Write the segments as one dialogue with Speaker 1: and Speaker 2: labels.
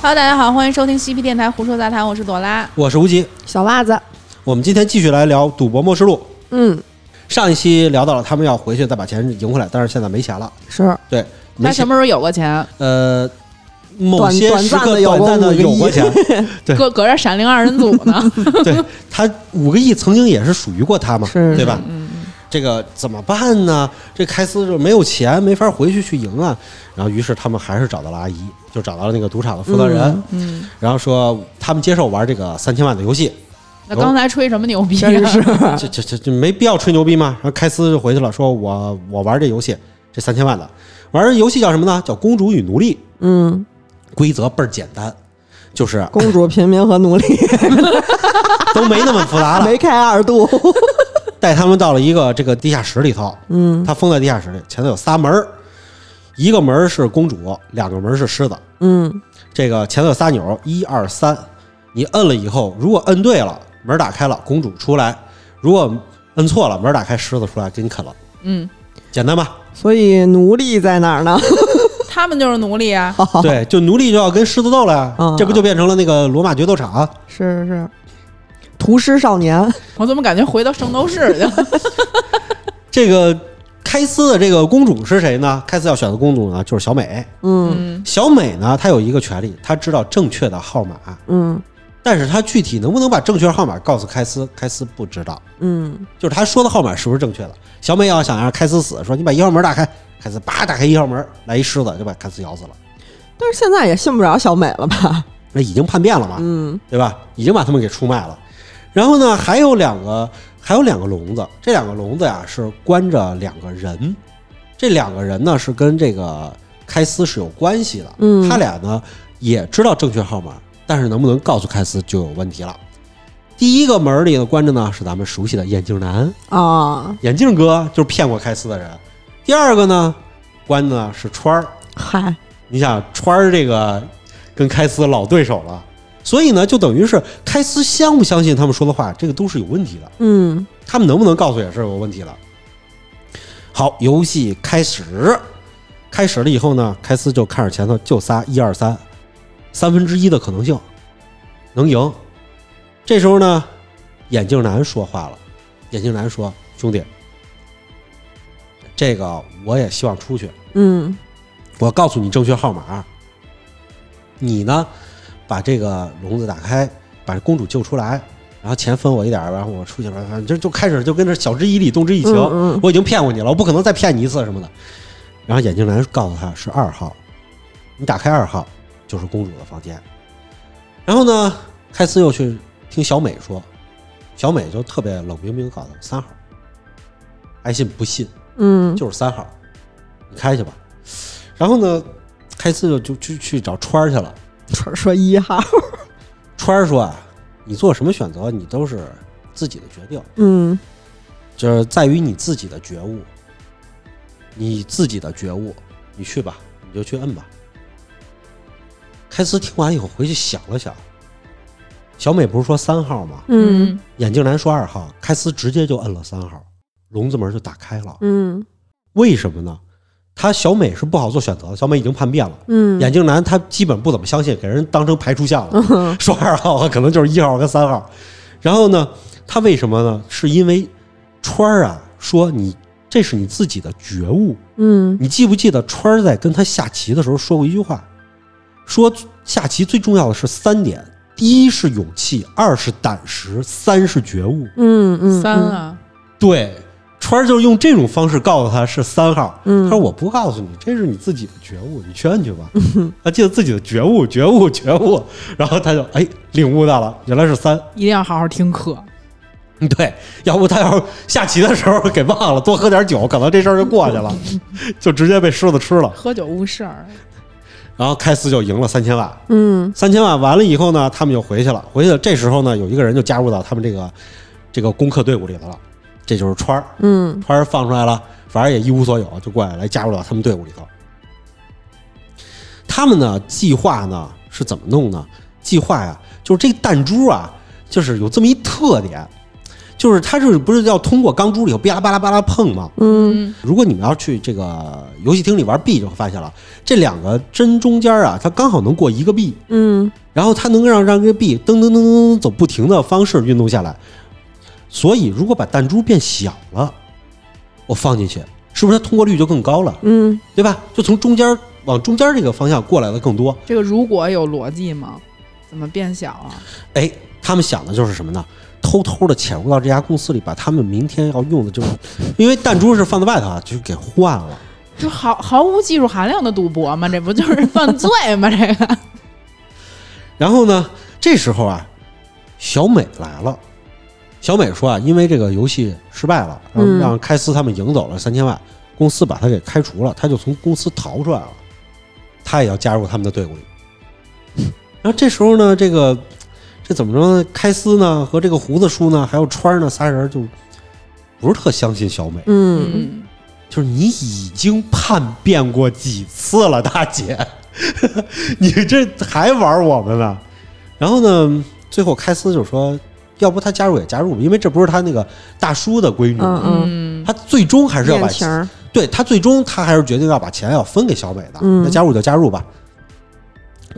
Speaker 1: Hello，大家好，欢迎收听嬉皮电台胡说杂谈，我是朵拉。
Speaker 2: 我是吴极，
Speaker 3: 小袜子，
Speaker 2: 我们今天继续来聊《赌博默示录》。
Speaker 3: 嗯，
Speaker 2: 上一期聊到了他们要回去再把钱赢回来，但是现在没钱了。
Speaker 3: 是
Speaker 2: 对，
Speaker 1: 他
Speaker 2: 没
Speaker 1: 什
Speaker 2: 钱。
Speaker 1: 么时候有过钱？
Speaker 2: 呃，某些
Speaker 3: 短
Speaker 2: 时刻
Speaker 3: 短暂地
Speaker 2: 短暂
Speaker 3: 有过
Speaker 2: 的有
Speaker 3: 五个
Speaker 2: 过
Speaker 3: 亿
Speaker 2: 钱， 对
Speaker 1: 搁搁这《闪灵二人组》呢？
Speaker 2: 对他五个亿曾经也是属于过他嘛，
Speaker 3: 是
Speaker 2: 对吧？
Speaker 1: 嗯
Speaker 2: 这个怎么办呢？这开司就没有钱，没法回去去赢啊。然后，于是他们还是找到了阿姨，就找到了那个赌场的负责人，
Speaker 1: 嗯，
Speaker 2: 然后说他们接受玩这个三千万的游戏，
Speaker 1: 那刚才吹什么牛逼、啊？
Speaker 3: 真是
Speaker 2: 这这这这没必要吹牛逼嘛。然后开司就回去了，说我我玩这游戏，这三千万的玩这游戏叫什么呢？叫《公主与奴隶》，
Speaker 3: 嗯，
Speaker 2: 规则倍儿简单，就是
Speaker 3: 公主、平民和奴 隶
Speaker 2: 都没那么复杂了。
Speaker 3: 梅开二度，
Speaker 2: 带他们到了一个这个地下室里头，
Speaker 3: 嗯
Speaker 2: 他封在地下室里，前头有仨门儿，一个门儿是公主，两个门儿是狮子。
Speaker 3: 嗯
Speaker 2: 这个前头有仨钮儿，一二三，你摁了以后，如果摁对了，门儿打开了，公主出来；如果摁错了，门儿打开，狮子出来给你啃了。
Speaker 1: 嗯，
Speaker 2: 简单吧？
Speaker 3: 所以奴隶在哪儿呢？
Speaker 1: 他们就是奴隶啊。
Speaker 2: 对，就奴隶就要跟狮子斗了呀，
Speaker 3: 嗯
Speaker 2: 这不就变成了那个罗马决斗场？
Speaker 3: 是是是，屠师少年，
Speaker 1: 我怎么感觉回到圣斗士去了？
Speaker 2: 这个开司的这个公主是谁呢？开司要选的公主呢，就是小美。
Speaker 3: 嗯
Speaker 1: 嗯，
Speaker 2: 小美呢，她有一个权利，她知道正确的号码，
Speaker 3: 嗯
Speaker 2: 但是她具体能不能把正确号码告诉开司，开司不知道。
Speaker 3: 嗯
Speaker 2: 就是她说的号码是不是正确的？小美要想让开司死，说你把一号门打开，开司叭打开一号门，来一狮子就把开司咬死了。
Speaker 3: 但是现在也信不着小美了吧？
Speaker 2: 那已经叛变了嘛，
Speaker 3: 嗯
Speaker 2: 对吧？已经把他们给出卖了。然后呢，还有两个，还有两个笼子，这两个笼子呀是关着两个人，这两个人呢是跟这个开司是有关系的。
Speaker 3: 嗯
Speaker 2: 他俩呢也知道正确号码，但是能不能告诉开司就有问题了。第一个门里呢关着呢是咱们熟悉的眼镜男，
Speaker 3: 啊，
Speaker 2: 眼镜哥就是骗过开司的人。第二个呢关的呢是川儿，
Speaker 3: 嗨，
Speaker 2: 你想川儿这个跟开司老对手了，所以呢，就等于是开司相不相信他们说的话，这个都是有问题的。
Speaker 3: 嗯
Speaker 2: 他们能不能告诉也是有问题的。好，游戏开始，开始了以后呢，开司就看着前头就仨一二三，三分之一的可能性能赢。这时候呢，眼镜男说话了，眼镜男说：“兄弟，这个我也希望出去，
Speaker 3: 嗯
Speaker 2: 我告诉你正确号码，你呢，把这个笼子打开，把公主救出来，然后钱分我一点儿，然后我出去了，反正就就开始就跟这晓之以理，动之以情。
Speaker 3: 嗯嗯
Speaker 2: 我已经骗过你了，我不可能再骗你一次什么的。然后眼镜男告诉他是二号，你打开二号就是公主的房间。然后呢，开司又去听小美说，小美就特别冷冰冰告诉他三号，爱信不信。
Speaker 3: 嗯，
Speaker 2: 就是三号，你开去吧。然后呢，开司就就去去找川儿去了。
Speaker 3: 说说一号，
Speaker 2: 川儿说啊，你做什么选择，你都是自己的决定，
Speaker 3: 嗯
Speaker 2: 就是在于你自己的觉悟，你自己的觉悟，你去吧，你就去摁吧。开司听完以后回去想了想，小美不是说三号吗？
Speaker 3: 嗯
Speaker 2: 眼镜男说二号，开司直接就摁了三号，笼子门就打开了。
Speaker 3: 嗯
Speaker 2: 为什么呢？他小美是不好做选择的，小美已经叛变了。
Speaker 3: 嗯
Speaker 2: 眼镜男他基本不怎么相信，给人当成排除项了，
Speaker 3: 嗯
Speaker 2: 说二号啊可能就是一号跟三号。然后呢，他为什么呢？是因为川儿啊说你这是你自己的觉悟。
Speaker 3: 嗯
Speaker 2: 你记不记得川儿在跟他下棋的时候说过一句话，说下棋最重要的是三点：第一是勇气，二是胆识，三是觉悟。
Speaker 3: 嗯嗯，
Speaker 1: 三啊，
Speaker 2: 对，川儿就是用这种方式告诉他是三号。
Speaker 3: 嗯
Speaker 2: 他说我不告诉你，这是你自己的觉悟，你去摁去吧。他记得自己的觉悟，觉悟，觉悟， 然后他就哎领悟到了，原来是三。
Speaker 1: 一定要好好听课。
Speaker 2: 对，要不他要是下棋的时候给忘了，多喝点酒，可能这事儿就过去了， 就直接被狮子吃了。
Speaker 1: 喝酒误事儿，
Speaker 2: 然后开司就赢了三千万，
Speaker 3: 嗯
Speaker 2: 三千万完了以后呢，他们就回去了。回去了，这时候呢，有一个人就加入到他们这个这个攻克队伍里头了，这就是川儿。
Speaker 3: 嗯
Speaker 2: 团儿放出来了，反正也一无所有，就过来来加入到他们队伍里头。他们呢，计划呢是怎么弄呢？计划呀，就是这个弹珠啊，就是有这么一特点，就是它是不是要通过钢珠里头巴拉巴拉巴拉碰吗？
Speaker 3: 嗯
Speaker 1: 嗯，
Speaker 2: 如果你们要去这个游戏厅里玩币，就会发现了这两个针中间啊，它刚好能过一个币，
Speaker 3: 嗯
Speaker 2: 然后它能让让这个币噔噔噔噔噔走不停的方式运动下来。所以如果把弹珠变小了，我放进去，是不是它通过率就更高了？
Speaker 3: 嗯
Speaker 2: 对吧？就从中间往中间这个方向过来的更多。
Speaker 1: 这个如果有逻辑吗？怎么变小啊？
Speaker 3: 嗯
Speaker 2: 哎，他们想的就是什么呢？偷偷的潜入到这家公司里，把他们明天要用的这种，因为弹珠是放在外头啊，就给换了。
Speaker 1: 就毫毫无技术含量的赌博吗？这不 就是犯罪吗？这个，
Speaker 2: 然后呢，这时候啊，小美来了。小美说啊，因为这个游戏失败了，让
Speaker 3: 嗯
Speaker 2: 让开司他们赢走了三千万，公司把她给开除了，她就从公司逃出来了，她也要加入他们的队伍里。然后这时候呢，这个这怎么着呢？开司呢和这个胡子叔呢，还有川儿呢，仨人就不是特相信小美，
Speaker 3: 嗯
Speaker 1: 嗯，
Speaker 2: 就是你已经叛变过几次了，大姐， 你这还玩我们呢？然后呢，最后开司就说，要不他加入也加入吧，因为这不是他那个大叔的闺女，
Speaker 3: 嗯嗯，
Speaker 1: 嗯，
Speaker 2: 他最终还是要把
Speaker 3: 恋情儿，
Speaker 2: 对他最终他还是决定要把钱要分给小美的，
Speaker 3: 嗯
Speaker 2: 那加入就加入吧。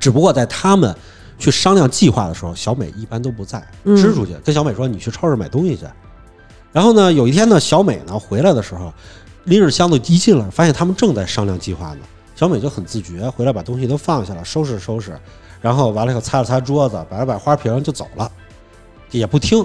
Speaker 2: 只不过在他们去商量计划的时候，小美一般都不在，
Speaker 3: 嗯
Speaker 2: 支出去跟小美说你去超市买东西去。然后呢，有一天呢，小美呢回来的时候，拎着箱子一进来，发现他们正在商量计划呢。小美就很自觉，回来把东西都放下了，收拾收拾，然后完了以后擦了擦桌子，摆了摆花瓶就走了，也不听，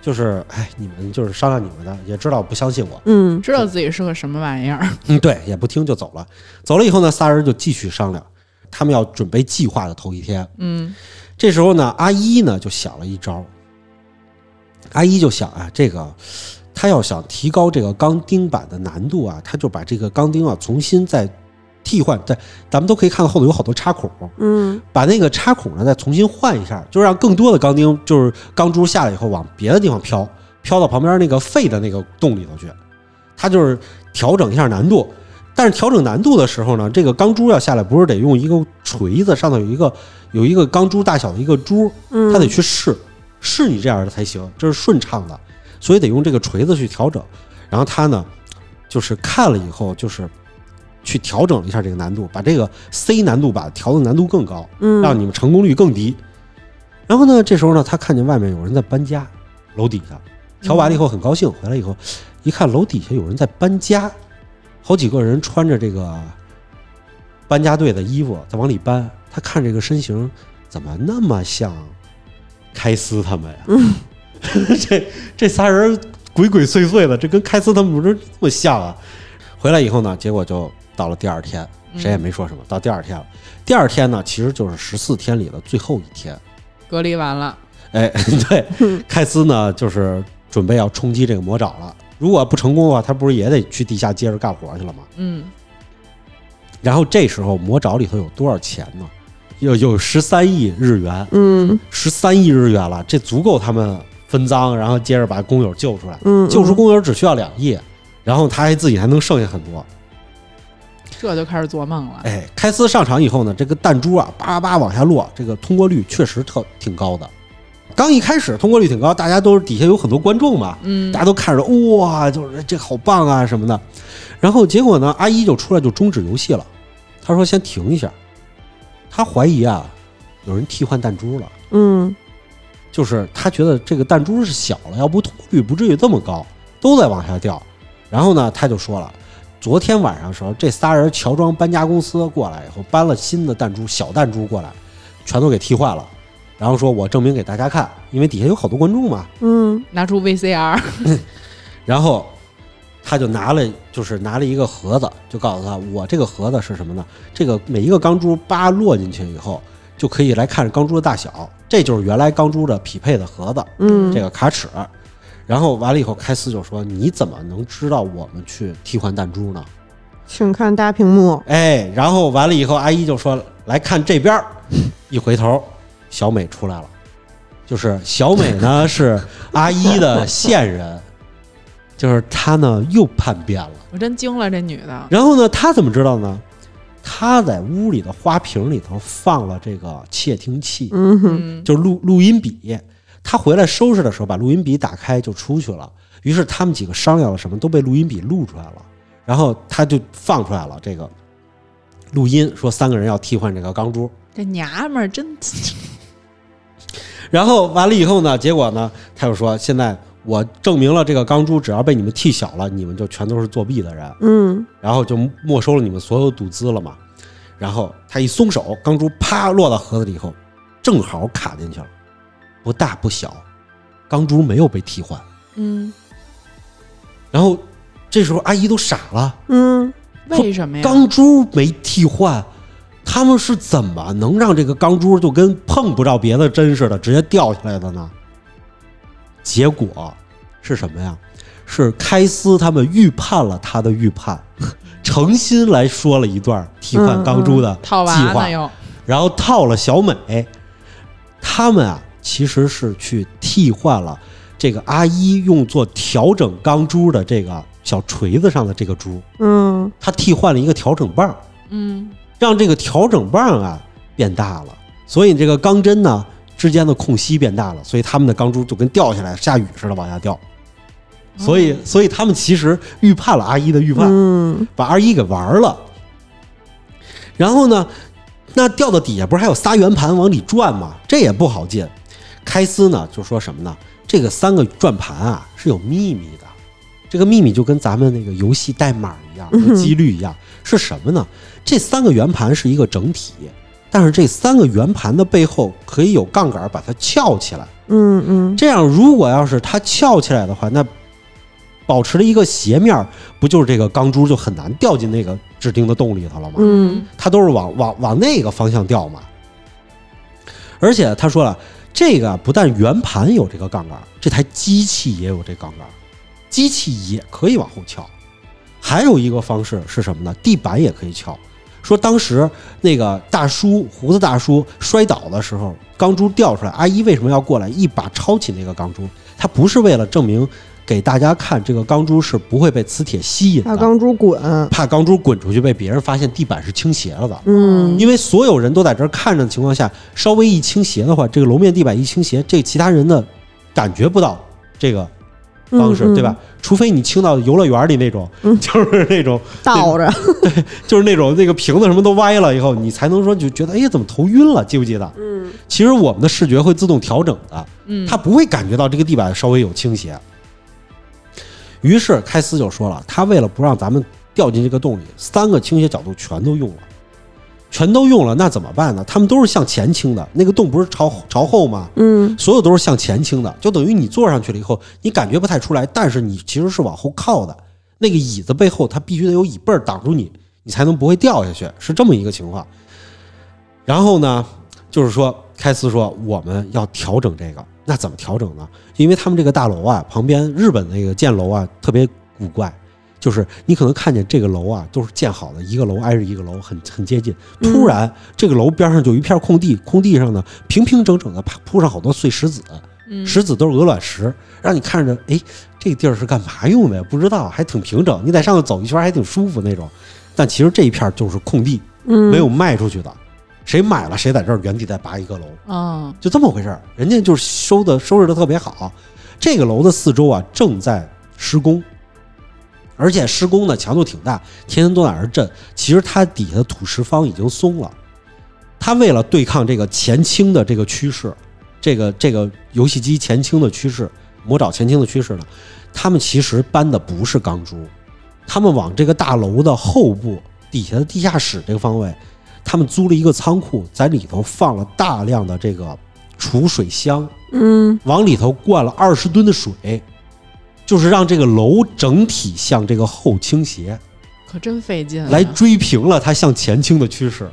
Speaker 2: 就是哎，你们就是商量你们的，也知道不相信我，
Speaker 3: 嗯
Speaker 1: 知道自己是个什么玩意儿，
Speaker 2: 嗯，对，也不听就走了。走了以后呢，仨人就继续商量，他们要准备计划的头一天。
Speaker 1: 嗯
Speaker 2: 这时候呢，阿一呢就想了一招，阿一就想啊，这个他要想提高这个钢钉板的难度啊，他就把这个钢钉啊重新再替换，在咱们都可以看到后头有好多插孔，
Speaker 3: 嗯
Speaker 2: 把那个插孔呢再重新换一下，就让更多的钢钉就是钢珠下来以后往别的地方飘，飘到旁边那个废的那个洞里头去。它就是调整一下难度，但是调整难度的时候呢，这个钢珠要下来不是得用一个锤子，上头有一个有一个钢珠大小的一个珠，
Speaker 3: 嗯，
Speaker 2: 它得去试，试你这样的才行，这是顺畅的，所以得用这个锤子去调整。然后他呢，就是看了以后，就是去调整了一下这个难度，把这个 C 难度把调的难度更高，
Speaker 3: 嗯
Speaker 2: 让你们成功率更低。然后呢，这时候呢，他看见外面有人在搬家，楼底下调完了以后很高兴，回来以后一看楼底下有人在搬家，好几个人穿着这个搬家队的衣服在往里搬。他看这个身形怎么那么像开司他们呀？ 这这仨人鬼鬼祟祟的，这跟开司他们不是那么像啊？回来以后呢，结果就到了第二天，谁也没说什么。到第二天了，第二天呢，其实就是十四天里的最后一天。
Speaker 1: 隔离完了，
Speaker 2: 哎，对，开司呢就是准备要冲击这个魔爪了。如果不成功的话，他不是也得去地下接着干活去了吗？
Speaker 1: 嗯，
Speaker 2: 然后这时候魔爪里头有多少钱呢？有有十三亿日元，
Speaker 3: 嗯
Speaker 2: 十三亿日元了，这足够他们分赃，然后接着把工友救出来。
Speaker 3: 嗯，
Speaker 2: 救出工友只需要两亿，然后他还自己还能剩下很多。
Speaker 1: 这就开始做梦了，
Speaker 2: 哎，开司上场以后呢，这个弹珠啊，叭叭叭往下落，这个通过率确实特挺高的。刚一开始通过率挺高，大家都是底下有很多观众嘛，
Speaker 1: 嗯
Speaker 2: 大家都看着哇，就是这好棒啊什么的。然后结果呢，阿一就出来就终止游戏了，他说先停一下，他怀疑啊有人替换弹珠了，
Speaker 3: 嗯
Speaker 2: 就是他觉得这个弹珠是小了，要不通过率不至于这么高，都在往下掉。然后呢，他就说了，昨天晚上的时候，这仨人乔装搬家公司过来以后，搬了新的弹珠，小弹珠过来，全都给替换了。然后说我证明给大家看，因为底下有好多观众嘛。
Speaker 3: 嗯
Speaker 1: 拿出 VCR，
Speaker 2: 然后他就拿了，就是拿了一个盒子，就告诉他，我这个盒子是什么呢？这个每一个钢珠叭落进去以后，就可以来看钢珠的大小，这就是原来钢珠的匹配的盒子。
Speaker 3: 嗯，
Speaker 2: 这个卡尺。然后完了以后，开司就说：“你怎么能知道我们去替换弹珠呢
Speaker 3: 请看大屏幕？”，
Speaker 2: 哎，然后完了以后，阿一就说：“来看这边儿。”一回头，小美出来了，就是小美呢是阿一的线人，就是她呢又叛变了。
Speaker 1: 我真惊了，这女的，
Speaker 2: 然后呢，她怎么知道呢？她在屋里的花瓶里头放了这个窃听器，
Speaker 3: 嗯哼，
Speaker 1: 嗯，
Speaker 2: 就是录录音笔。他回来收拾的时候，把录音笔打开就出去了。于是他们几个商量了什么，都被录音笔录出来了。然后他就放出来了这个录音，说三个人要替换这个钢珠。
Speaker 1: 这娘们儿真
Speaker 2: 然后完了以后呢，结果呢，他又说现在我证明了这个钢珠，只要被你们剃小了，你们就全都是作弊的人，
Speaker 3: 嗯，
Speaker 2: 然后就没收了你们所有赌资了嘛。然后他一松手，钢珠啪落到盒子里以后，正好卡进去了，不大不小，钢珠没有被替换。
Speaker 1: 嗯，
Speaker 2: 然后这时候阿姨都傻了，
Speaker 3: 嗯，
Speaker 1: 为什么呀？
Speaker 2: 钢珠没替换，他们是怎么能让这个钢珠就跟碰不着别的针似的，直接掉下来的呢？结果是什么呀？是开司他们预判了他的预判， 诚心来说了一段替换钢珠的计
Speaker 1: 嗯套娃
Speaker 2: 划，
Speaker 1: 呢又，
Speaker 2: 然后套了小美。他们啊，其实是去替换了这个阿一用作调整钢珠的这个小锤子上的这个珠，
Speaker 3: 嗯，
Speaker 2: 他替换了一个调整棒。
Speaker 1: 嗯，
Speaker 2: 让这个调整棒啊变大了，所以这个钢针呢之间的空隙变大了，所以他们的钢珠就跟掉下来下雨似的往下掉。所以，所以他们其实预判了阿一的预判，
Speaker 3: 嗯，
Speaker 2: 把阿一给玩了。然后呢，那掉到底下不是还有仨圆盘往里转吗？这也不好进。开司呢就说什么呢？这个三个转盘啊是有秘密的，这个秘密就跟咱们那个游戏代码一样，和几率一样，是什么呢？这三个圆盘是一个整体，但是这三个圆盘的背后可以有杠杆把它翘起来。
Speaker 3: 嗯，嗯，
Speaker 2: 这样，如果要是它翘起来的话，那保持了一个斜面儿，不就是这个钢珠就很难掉进那个指定的洞里头了吗？
Speaker 3: 嗯，
Speaker 2: 它都是往往往那个方向掉嘛。而且他说了，这个不但圆盘有这个杠杆，这台机器也有这杠杆，机器也可以往后翘。还有一个方式是什么呢？地板也可以翘。说当时那个大叔胡子大叔摔倒的时候，钢珠掉出来，阿姨为什么要过来一把抄起那个钢珠？她不是为了证明给大家看这个钢珠是不会被磁铁吸引
Speaker 3: 大
Speaker 2: 的，
Speaker 3: 啊钢珠滚，
Speaker 2: 怕钢珠滚出去被别人发现地板是倾斜了的。
Speaker 3: 嗯，
Speaker 2: 因为所有人都在这儿看着的情况下，稍微一倾斜的话，这个楼面地板一倾斜，这其他人的感觉不到这个方式，
Speaker 3: 嗯
Speaker 2: 对吧？？除非你倾到游乐园里那种， 就是那种
Speaker 3: 嗯倒着，
Speaker 2: 就是那种那个瓶子什么都歪了以后，你才能说就觉得哎呀怎么头晕了，记不记得？
Speaker 3: 嗯，
Speaker 2: 其实我们的视觉会自动调整的，
Speaker 1: 嗯，
Speaker 2: 它不会感觉到这个地板稍微有倾斜。于是开司就说了，他为了不让咱们掉进这个洞里，三个倾斜角度全都用了，全都用了，那怎么办呢？他们都是向前倾的，那个洞不是朝朝后吗？
Speaker 3: 嗯，
Speaker 2: 所有都是向前倾的，就等于你坐上去了以后，你感觉不太出来，但是你其实是往后靠的。那个椅子背后，它必须得有椅背儿挡住你，你才能不会掉下去，是这么一个情况。然后呢，就是说，开司说我们要调整这个，那怎么调整呢？因为他们这个大楼啊，旁边日本那个建楼啊，特别古怪，就是你可能看见这个楼啊，都是建好的，一个楼挨着一个楼，很很接近。突然，这个楼边上就有一片空地，空地上呢平平整整的铺上好多碎石子，
Speaker 1: 嗯
Speaker 2: 石子都是鹅卵石，让你看着，哎，这地儿是干嘛用的呀？不知道，还挺平整，你在上头走一圈还挺舒服那种。但其实这一片就是空地，
Speaker 3: 嗯，
Speaker 2: 没有，卖出去的，谁买了谁在这儿原地再拔一个楼，
Speaker 1: 啊，
Speaker 2: 就这么回事儿。人家就是收的收拾的特别好，这个楼的四周啊正在施工，而且施工呢强度挺大，天天都在那儿震。其实它底下的土石方已经松了，它为了对抗这个前倾的这个趋势，这个这个游戏机前倾的趋势，魔爪前倾的趋势呢，他们其实搬的不是钢珠，他们往这个大楼的后部底下的地下室这个方位，他们租了一个仓库，在里头放了大量的这个储水箱，
Speaker 3: 嗯，
Speaker 2: 往里头灌了二十吨的水，就是让这个楼整体向这个后倾斜，
Speaker 1: 可真费劲啊，
Speaker 2: 来追平了它向前倾的趋势。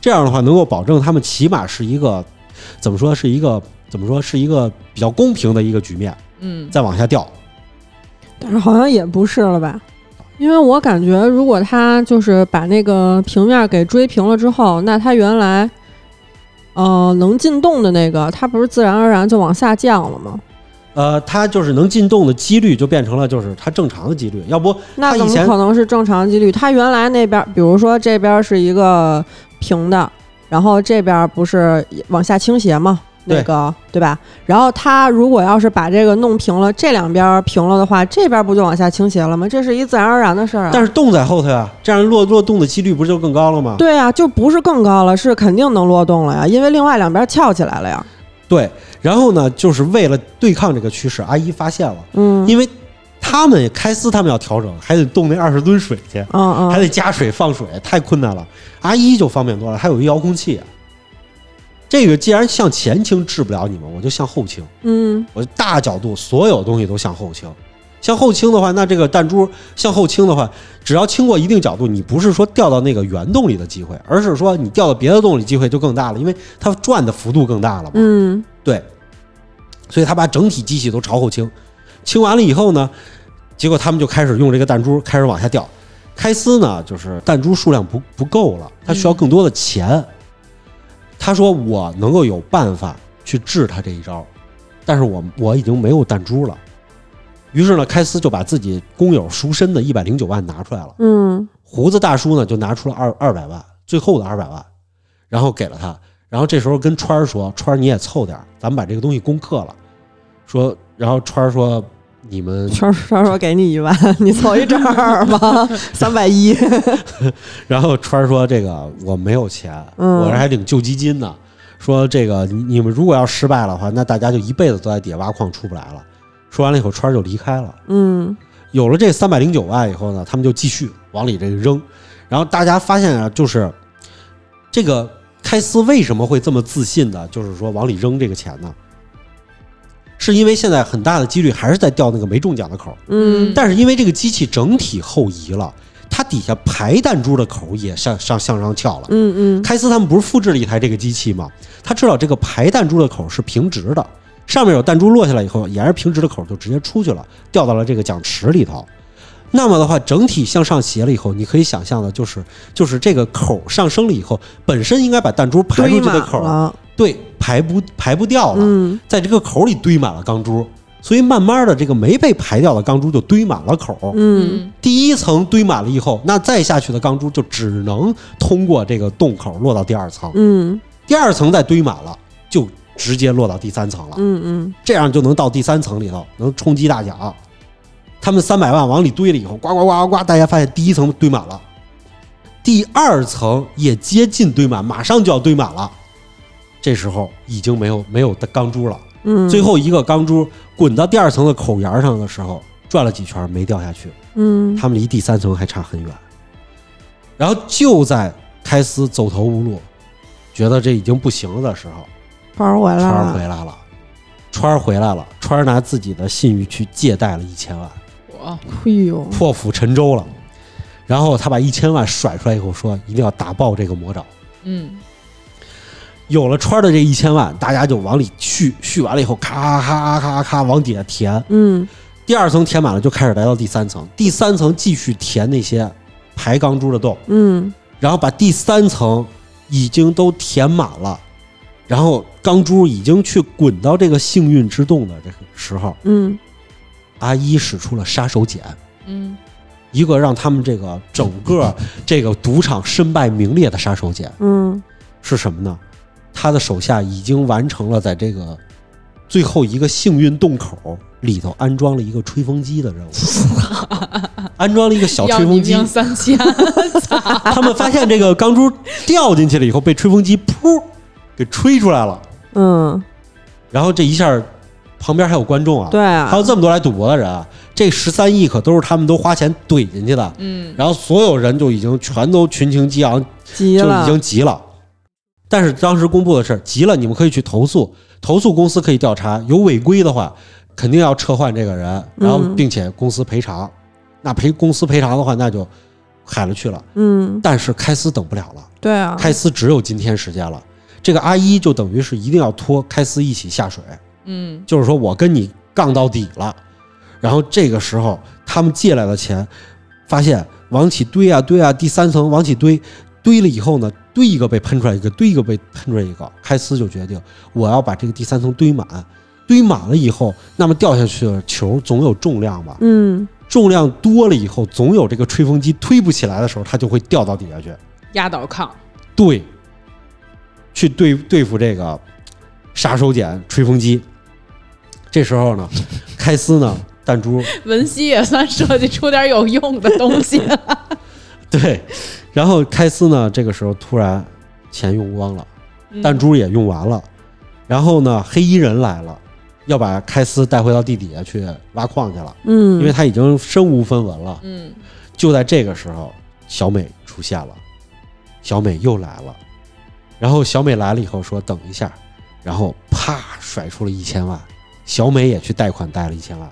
Speaker 2: 这样的话，能够保证他们起码是一个怎么说是一个怎么说是一个比较公平的一个局面。
Speaker 1: 嗯，
Speaker 2: 再往下掉，
Speaker 3: 但是好像也不是了吧？因为我感觉，如果他就是把那个平面给追平了之后，那他原来，呃，能进洞的那个，它不是自然而然就往下降了吗？
Speaker 2: 呃，它就是能进洞的几率就变成了就是它正常的几率，要不
Speaker 3: 那
Speaker 2: 它
Speaker 3: 怎
Speaker 2: 以
Speaker 3: 么
Speaker 2: 前
Speaker 3: 可能是正常几率？它原来那边，比如说这边是一个平的，然后这边不是往下倾斜吗？那个对吧？然后他如果要是把这个弄平了，这两边平了的话，这边不就往下倾斜了吗？这是一自然而然的事儿啊。
Speaker 2: 但是洞在后头呀，这样落落洞的几率不是就更高了吗？
Speaker 3: 对啊，就不是更高了，是肯定能落洞了呀，因为另外两边翘起来了呀。
Speaker 2: 对，然后呢，就是为了对抗这个趋势，阿姨发现了，
Speaker 3: 嗯
Speaker 2: 因为他们开司他们要调整，还得动那二十吨水去，
Speaker 3: 嗯
Speaker 2: 还
Speaker 3: 嗯，
Speaker 2: 得加水放水，太困难了。阿姨就方便多了，还有一遥控器。啊这个既然向前倾治不了你们，我就向后倾，
Speaker 3: 嗯
Speaker 2: 我就大角度，所有东西都向后倾。向后倾的话，那这个弹珠向后倾的话，只要倾过一定角度，你不是说掉到那个圆洞里的机会，而是说你掉到别的洞里机会就更大了，因为它转的幅度更大了嘛。
Speaker 3: 嗯
Speaker 2: 对，所以他把整体机器都朝后倾，倾完了以后呢，结果他们就开始用这个弹珠开始往下掉。开司呢，就是弹珠数量不不够了，他需要更多的钱。他说：“我能够有办法去治他这一招，但是我我已经没有弹珠了。”于是呢，开司就把自己工友赎身的一百零九万拿出来了。
Speaker 3: 嗯
Speaker 2: 胡子大叔呢就拿出了二二百万，最后的二百万，然后给了他。然后这时候跟川儿说：“川儿你也凑点儿，咱们把这个东西攻克了。”说，然后川儿说：“你们
Speaker 3: 嗯，圈圈说给你一万，你凑一整儿吧，三百一。
Speaker 2: 然后川儿说：“这个我没有钱，
Speaker 3: 嗯
Speaker 2: 我这还领救济金呢。说这个你你们如果要失败了的话，那大家就一辈子都在底下挖矿出不来了。”说完了以后，川儿就离开了。
Speaker 3: 嗯
Speaker 2: 有了这三百零九万以后呢，他们就继续往里这个扔。然后大家发现啊，就是这个开司为什么会这么自信的，就是说往里扔这个钱呢？是因为现在很大的几率还是在掉那个没中奖的口儿，
Speaker 3: 嗯
Speaker 2: 但是因为这个机器整体后移了，它底下排弹珠的口儿也向上向上翘了。
Speaker 3: 嗯嗯
Speaker 2: 开司他们不是复制了一台这个机器吗？他知道这个排弹珠的口是平直的，上面有弹珠落下来以后，沿着平直的口就直接出去了，掉到了这个奖池里头。那么的话，整体向上斜了以后，你可以想象的就是，就是这个口上升了以后，本身应该把弹珠排出去的
Speaker 3: 堆满
Speaker 2: 口，
Speaker 3: 了
Speaker 2: 对，排不排不掉了，
Speaker 3: 嗯
Speaker 2: 在这个口里堆满了钢珠，所以慢慢的这个没被排掉的钢珠就堆满了口。
Speaker 3: 嗯
Speaker 2: 第一层堆满了以后，那再下去的钢珠就只能通过这个洞口落到第二层，
Speaker 3: 嗯
Speaker 2: 第二层再堆满了，就直接落到第三层了。
Speaker 3: 嗯嗯
Speaker 2: 这样就能到第三层里头，能冲击大奖。他们三百万往里堆了以后，呱呱呱呱呱，大家发现第一层堆满了，第二层也接近堆满，马上就要堆满了。这时候已经没有没有钢珠了，
Speaker 3: 嗯，
Speaker 2: 最后一个钢珠滚到第二层的口沿上的时候，转了几圈没掉下去。
Speaker 3: 嗯
Speaker 2: 他们离第三层还差很远。然后就在开司走投无路，觉得这已经不行了的时候，
Speaker 3: 圈儿回来
Speaker 2: 川儿回
Speaker 3: 了，
Speaker 2: 来了，川儿回来了，川儿拿自己的信誉去借贷了一千万，
Speaker 1: 我
Speaker 3: 哎呦，
Speaker 2: 破釜沉舟了。然后他把一千万甩出来以后，说一定要打爆这个魔爪。
Speaker 1: 嗯，
Speaker 2: 有了川儿的这一千万，大家就往里续，续完了以后，咔咔咔咔咔往底下填。
Speaker 3: 嗯
Speaker 2: 第二层填满了，就开始来到第三层，第三层继续填那些排钢珠的洞。
Speaker 3: 嗯
Speaker 2: 然后把第三层已经都填满了，然后钢珠已经去滚到这个幸运之洞的这个时候，
Speaker 3: 嗯
Speaker 2: 阿一使出了杀手锏，
Speaker 1: 嗯
Speaker 2: 一个让他们这个整个这个赌场身败名裂的杀手锏
Speaker 3: 嗯
Speaker 2: 是什么呢？他的手下已经完成了在这个最后一个幸运洞口里头安装了一个吹风机的任务，安装了一个小
Speaker 1: 要
Speaker 2: 吹
Speaker 1: 你
Speaker 2: 风机，
Speaker 1: 命三千，
Speaker 2: 他们发现这个钢珠掉进去了以后，被吹风机噗给吹出来了，
Speaker 3: 嗯，
Speaker 2: 然后这一下旁边还有观众啊，
Speaker 3: 对啊
Speaker 2: 还有，这么多来赌博的人啊，这十三亿可都是他们都花钱怼进去的，
Speaker 1: 嗯，
Speaker 2: 然后所有人就已经全都群情激昂，
Speaker 3: 急
Speaker 2: 就
Speaker 3: 了，
Speaker 2: 已经急了。但是当时公布的是急了，你们可以去投诉，投诉公司可以调查，有违规的话，肯定要撤换这个人，然后
Speaker 3: 嗯
Speaker 2: 并且公司赔偿。那赔公司赔偿的话，那就海了去了。
Speaker 3: 嗯，
Speaker 2: 但是开司等不了了。
Speaker 3: 对啊，
Speaker 2: 开司只有今天时间了。这个阿一就等于是一定要拖开司一起下水，
Speaker 1: 嗯
Speaker 2: 就是说我跟你杠到底了。然后这个时候，他们借来的钱，发现往起堆啊堆啊，第三层往起堆，堆了以后呢，堆一个被喷出来一个，堆一个被喷出来一个。开司就决定，我要把这个第三层堆满，堆满了以后，那么掉下去的球总有重量吧？
Speaker 3: 嗯
Speaker 2: 重量多了以后，总有这个吹风机推不起来的时候，它就会掉到底下去。
Speaker 1: 压倒炕，
Speaker 2: 对，去对对付这个杀手锏、吹风机。这时候呢，开司呢，弹珠
Speaker 1: 文熙也算设计出点有用的东西了。
Speaker 2: 对，然后开司呢，这个时候突然钱用光了，
Speaker 1: 嗯
Speaker 2: 弹珠也用完了，然后呢，黑衣人来了，要把开司带回到地底下去挖矿去了，
Speaker 3: 嗯，
Speaker 2: 因为他已经身无分文了。
Speaker 1: 嗯，
Speaker 2: 就在这个时候，小美出现了，小美又来了，然后小美来了以后说等一下，然后啪甩出了一千万，小美也去贷款贷了一千万，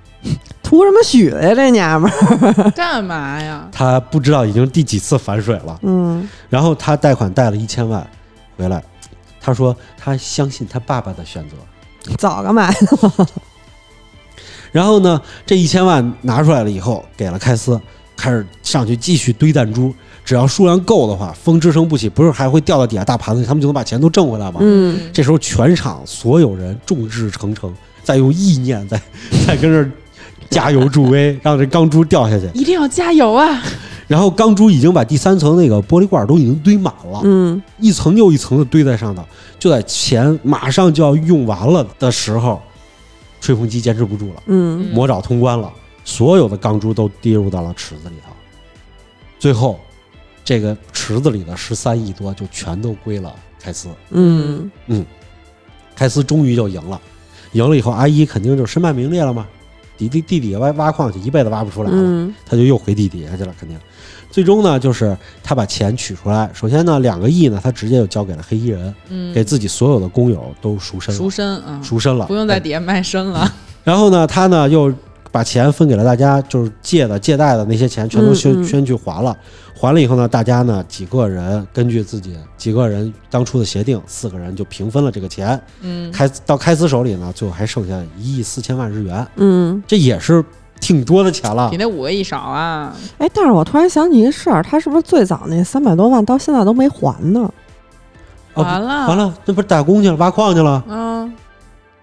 Speaker 3: 图什么许的呀？这娘们儿，
Speaker 1: 嗯，干嘛呀？
Speaker 2: 她不知道已经第几次反水了，
Speaker 3: 嗯，
Speaker 2: 然后她贷款贷了一千万回来，她说她相信她爸爸的选择，
Speaker 3: 早干嘛呀？
Speaker 2: 然后呢，这一千万拿出来了以后，给了开司，开始上去继续堆弹珠。只要数量够的话，风之声不起，不是还会掉到底下大盘子里，他们就能把钱都挣回来吗？
Speaker 3: 嗯，
Speaker 2: 这时候全场所有人众志成城，在用意念在在跟这儿加油助威，让这钢珠掉下去。
Speaker 1: 一定要加油啊！
Speaker 2: 然后钢珠已经把第三层那个玻璃罐都已经堆满了，
Speaker 3: 嗯，
Speaker 2: 一层又一层的堆在上头。就在钱马上就要用完了的时候，吹风机坚持不住了。
Speaker 3: 嗯，
Speaker 2: 魔爪通关了，所有的钢珠都跌入到了池子里头。最后，这个池子里的十三亿多就全都归了凯斯。
Speaker 3: 嗯，
Speaker 2: 凯斯终于就赢了，赢了以后，阿一肯定就身败名裂了嘛。底地地底下挖挖矿去，一辈子挖不出来了，
Speaker 3: 嗯，
Speaker 2: 他就又回地底下去了，肯定。最终呢，就是他把钱取出来，首先呢，两个亿呢，他直接就交给了黑衣人，
Speaker 1: 嗯，
Speaker 2: 给自己所有的工友都赎身
Speaker 1: 赎
Speaker 2: 了，
Speaker 1: 身啊，
Speaker 2: 赎身了，哎
Speaker 1: 不用在底下卖身了。
Speaker 2: 然后呢，他呢又把钱分给了大家，就是借的借贷的那些钱全都
Speaker 3: 嗯
Speaker 2: 先、
Speaker 3: 嗯
Speaker 2: 先去还了。还了以后呢，大家呢几个人根据自己几个人当初的协定，四个人就平分了这个钱。
Speaker 1: 嗯，
Speaker 2: 开到开司手里呢，最后还剩下一亿四千万日元，
Speaker 3: 嗯，
Speaker 2: 这也是挺多的钱了
Speaker 1: 比。那五个亿少啊。
Speaker 3: 哎，但是我突然想起一事儿，他是不是最早那三百多万到现在都没还呢？
Speaker 2: 哦
Speaker 1: 完了，
Speaker 2: 完了，那不是打工去了，挖矿去了？
Speaker 1: 嗯，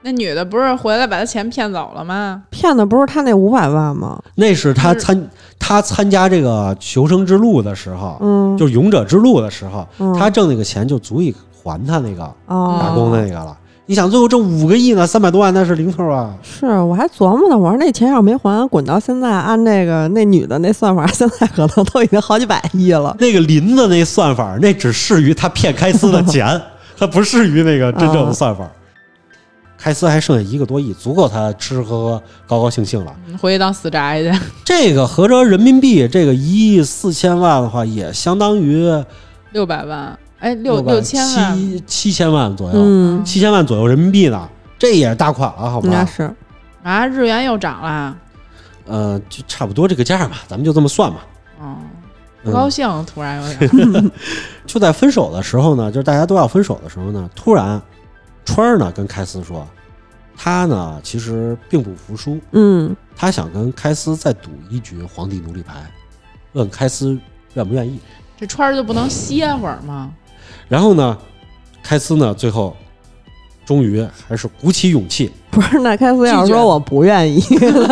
Speaker 1: 那女的不是回来把他钱骗走了吗？
Speaker 3: 骗的不是他那五百万吗？
Speaker 2: 那是他
Speaker 1: 是
Speaker 2: 参他参加这个求生之路的时候，
Speaker 3: 嗯，
Speaker 2: 就是勇者之路的时候，
Speaker 3: 嗯
Speaker 2: 他挣那个钱就足以还他那个。
Speaker 3: 哦
Speaker 2: 打工的那个了。你想最后挣五个亿呢，三百多万那是零头啊！
Speaker 3: 是，我还琢磨呢，我说那钱要没还，滚到现在，按那个那女的那算法， 现在可能都已经好几百亿了。
Speaker 2: 那个林子那算法，那只适于他骗开司的钱，他不适于那个真正的算法。开司还剩下一个多亿，足够他吃吃喝喝、高高兴兴了。
Speaker 1: 嗯回去当死宅去。
Speaker 2: 这个合着人民币这个一亿四千万的话，也相当于
Speaker 1: 六百万，哎，六
Speaker 2: 百
Speaker 1: 六千万，
Speaker 2: 七七千万左右，
Speaker 3: 嗯，
Speaker 2: 七千万左右人民币呢，这也是大款了，好
Speaker 1: 嗯
Speaker 3: 那
Speaker 2: 吧？
Speaker 3: 是，
Speaker 1: 啊，日元又涨了，
Speaker 2: 呃，就差不多这个价吧，咱们就这么算吧。
Speaker 1: 嗯，不
Speaker 2: 嗯、
Speaker 1: 高兴，突然有 点，
Speaker 2: 就在分手的时候呢，就是大家都要分手的时候呢，突然川儿呢跟开司说，他呢其实并不服输，
Speaker 3: 嗯
Speaker 2: 他想跟开司再赌一局皇帝奴隶牌，问开司愿不愿意。
Speaker 1: 这川儿就不能歇会儿吗？
Speaker 2: 然后呢，开司呢最后终于还是鼓起勇气，
Speaker 3: 不是，那开斯要
Speaker 1: 拒绝
Speaker 3: 说我不愿意，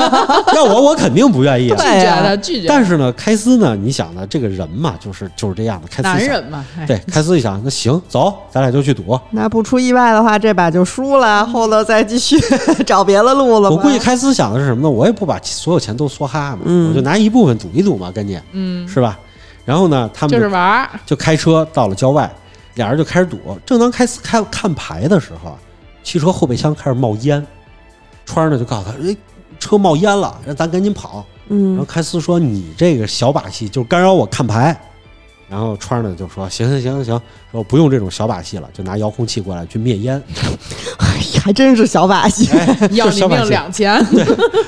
Speaker 2: 要我我肯定不愿意
Speaker 1: 拒
Speaker 2: 啊。
Speaker 3: 对
Speaker 1: 绝
Speaker 3: 呀
Speaker 1: 的，拒绝，
Speaker 2: 但是呢，开司呢，你想呢，这个人嘛，就是就是这样的。开司
Speaker 1: 男
Speaker 2: 想
Speaker 1: 人嘛，哎
Speaker 2: 对开司一想，那行，走，咱俩就去赌。
Speaker 3: 那不出意外的话，这把就输了，后头再继续 找别的路了吧。
Speaker 2: 我估计开司想的是什么呢？我也不把所有钱都梭哈嘛，
Speaker 3: 嗯
Speaker 2: 我就拿一部分赌一赌嘛，跟你
Speaker 1: 嗯，
Speaker 2: 是吧？然后呢，他们
Speaker 1: 就是
Speaker 2: 就
Speaker 1: 玩儿，，
Speaker 2: 就开车到了郊外，俩人就开始赌。正当开司开看牌的时候，啊汽车后备箱开始冒烟，川儿呢就告诉他：“哎，车冒烟了，让咱赶紧跑。”然后
Speaker 3: 嗯
Speaker 2: 开司说：“你这个小把戏就干扰我看牌。”然后川儿呢就说：“行行行行行，说不用这种小把戏了，就拿遥控器过来去灭烟。
Speaker 3: 还真是小把戏。
Speaker 2: 哎
Speaker 1: 要
Speaker 2: 就是
Speaker 1: 你
Speaker 2: 小把
Speaker 1: 命
Speaker 2: 戏，
Speaker 1: 两千，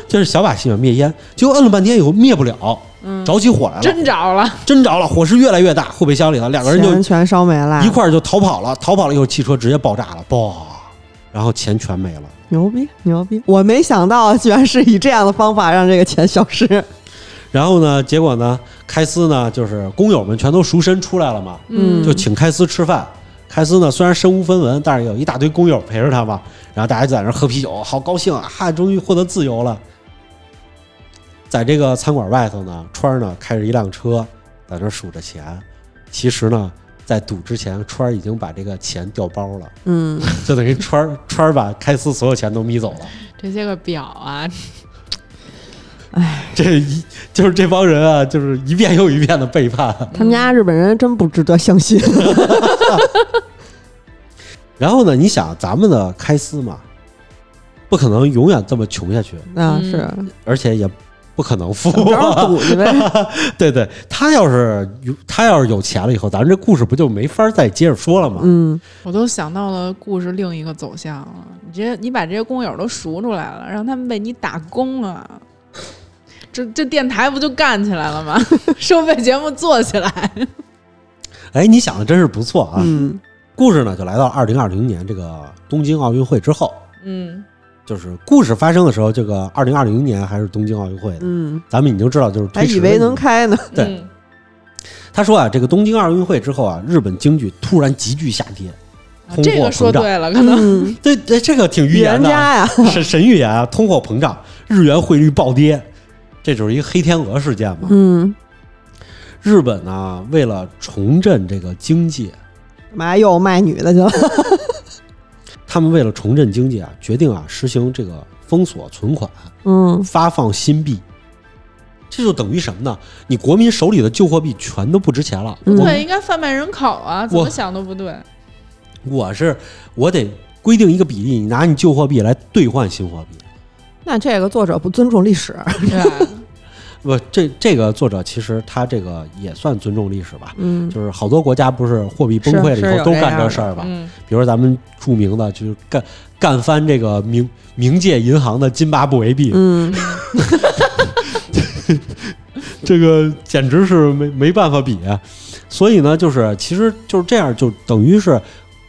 Speaker 2: 就是小把戏嘛，灭烟。结果摁了半天以后灭不了，
Speaker 1: 嗯，
Speaker 2: 着起火来了，
Speaker 1: 真着了，
Speaker 2: 真着了，火势越来越大，后备箱里头两个人就
Speaker 3: 钱全烧没了，
Speaker 2: 一块儿就逃跑了，逃跑了以后汽车直接爆炸了，爆，然后钱全没了。
Speaker 3: 牛逼牛逼！我没想到，居然是以这样的方法让这个钱消失。
Speaker 2: 然后呢，结果呢，开司呢就是工友们全都赎身出来了嘛，
Speaker 3: 嗯
Speaker 2: 就请开司吃饭。开司呢虽然身无分文，但是有一大堆工友陪着他嘛，然后大家就在那儿喝啤酒，好高兴啊，哈，终于获得自由了。在这个餐馆外头呢，川儿呢开着一辆车在那儿数着钱，其实呢，在赌之前，川儿已经把这个钱调包了，
Speaker 3: 嗯，
Speaker 2: 就等于川儿川儿把开司所有钱都眯走了。
Speaker 1: 这些个表啊，
Speaker 2: 这一就是这帮人啊，就是一遍又一遍的背叛。
Speaker 3: 他们家日本人真不值得相信。
Speaker 2: 然后呢，你想咱们的开司嘛，不可能永远这么穷下去，
Speaker 1: 嗯
Speaker 3: 那啊是，
Speaker 2: 而且也不可能富。啊
Speaker 3: 不要赌去呗。
Speaker 2: 对对，他要是有他要是有钱了以后，咱这故事不就没法再接着说了吗？
Speaker 3: 嗯，
Speaker 1: 我都想到了故事另一个走向了。你这你把这些工友都赎出来了，让他们为你打工啊！这这电台不就干起来了吗？ 收费节目做起来，
Speaker 2: 哎，你想的真是不错啊。
Speaker 3: 嗯，
Speaker 2: 故事呢，就来到二零二零年这个东京奥运会之后，
Speaker 1: 嗯，
Speaker 2: 就是故事发生的时候，这个二零二零年还是东京奥运会的，
Speaker 3: 嗯，
Speaker 2: 咱们已经知道就是
Speaker 3: 还
Speaker 2: 推迟
Speaker 3: 以
Speaker 2: 了
Speaker 3: 为
Speaker 2: 一
Speaker 3: 能
Speaker 2: 年
Speaker 3: 开呢。
Speaker 2: 对
Speaker 1: 嗯
Speaker 2: 他说啊，这个东京奥运会之后啊，日本经济突然急剧下跌，
Speaker 1: 啊
Speaker 2: 通
Speaker 1: 这
Speaker 2: 货
Speaker 1: 个说
Speaker 2: 膨胀，
Speaker 1: 对了，可能
Speaker 3: 嗯，
Speaker 2: 对对，这个挺预
Speaker 3: 预
Speaker 2: 言
Speaker 3: 言
Speaker 2: 的啊，
Speaker 3: 家呀，
Speaker 2: 神神预言啊，通货膨胀，日元汇率暴跌，这就是一个黑天鹅事件嘛。
Speaker 3: 嗯，
Speaker 2: 日本呢、为了重振这个经济，
Speaker 3: 妈又卖女的去了。
Speaker 2: 他们为了重振经济啊，决定啊实行这个封锁存款，
Speaker 3: 嗯
Speaker 2: 发放新币。这就等于什么呢？你国民手里的旧货币全都不值钱了。
Speaker 3: 嗯
Speaker 1: 对，应该贩卖人口啊，怎
Speaker 2: 我
Speaker 1: 么想都不 对。
Speaker 2: 我是我得规定一个比例，你拿你旧货币来兑换新货币。
Speaker 3: 那这个作者不尊重历史，
Speaker 1: 对，
Speaker 2: 不，这这个作者其实他这个也算尊重历史吧。
Speaker 3: 嗯，
Speaker 2: 就是好多国家不是货币崩溃了
Speaker 3: 是
Speaker 2: 以
Speaker 3: 是
Speaker 2: 后
Speaker 3: 有
Speaker 2: 都
Speaker 3: 这
Speaker 2: 干
Speaker 3: 样
Speaker 2: 这
Speaker 3: 的
Speaker 2: 事儿吧？
Speaker 1: 嗯，
Speaker 2: 比如说咱们著名的就是干干翻这个冥冥界银行的津巴布韦币，
Speaker 3: 嗯，
Speaker 2: 这个简直是没没办法比。啊所以呢，就是其实就是这样，就等于是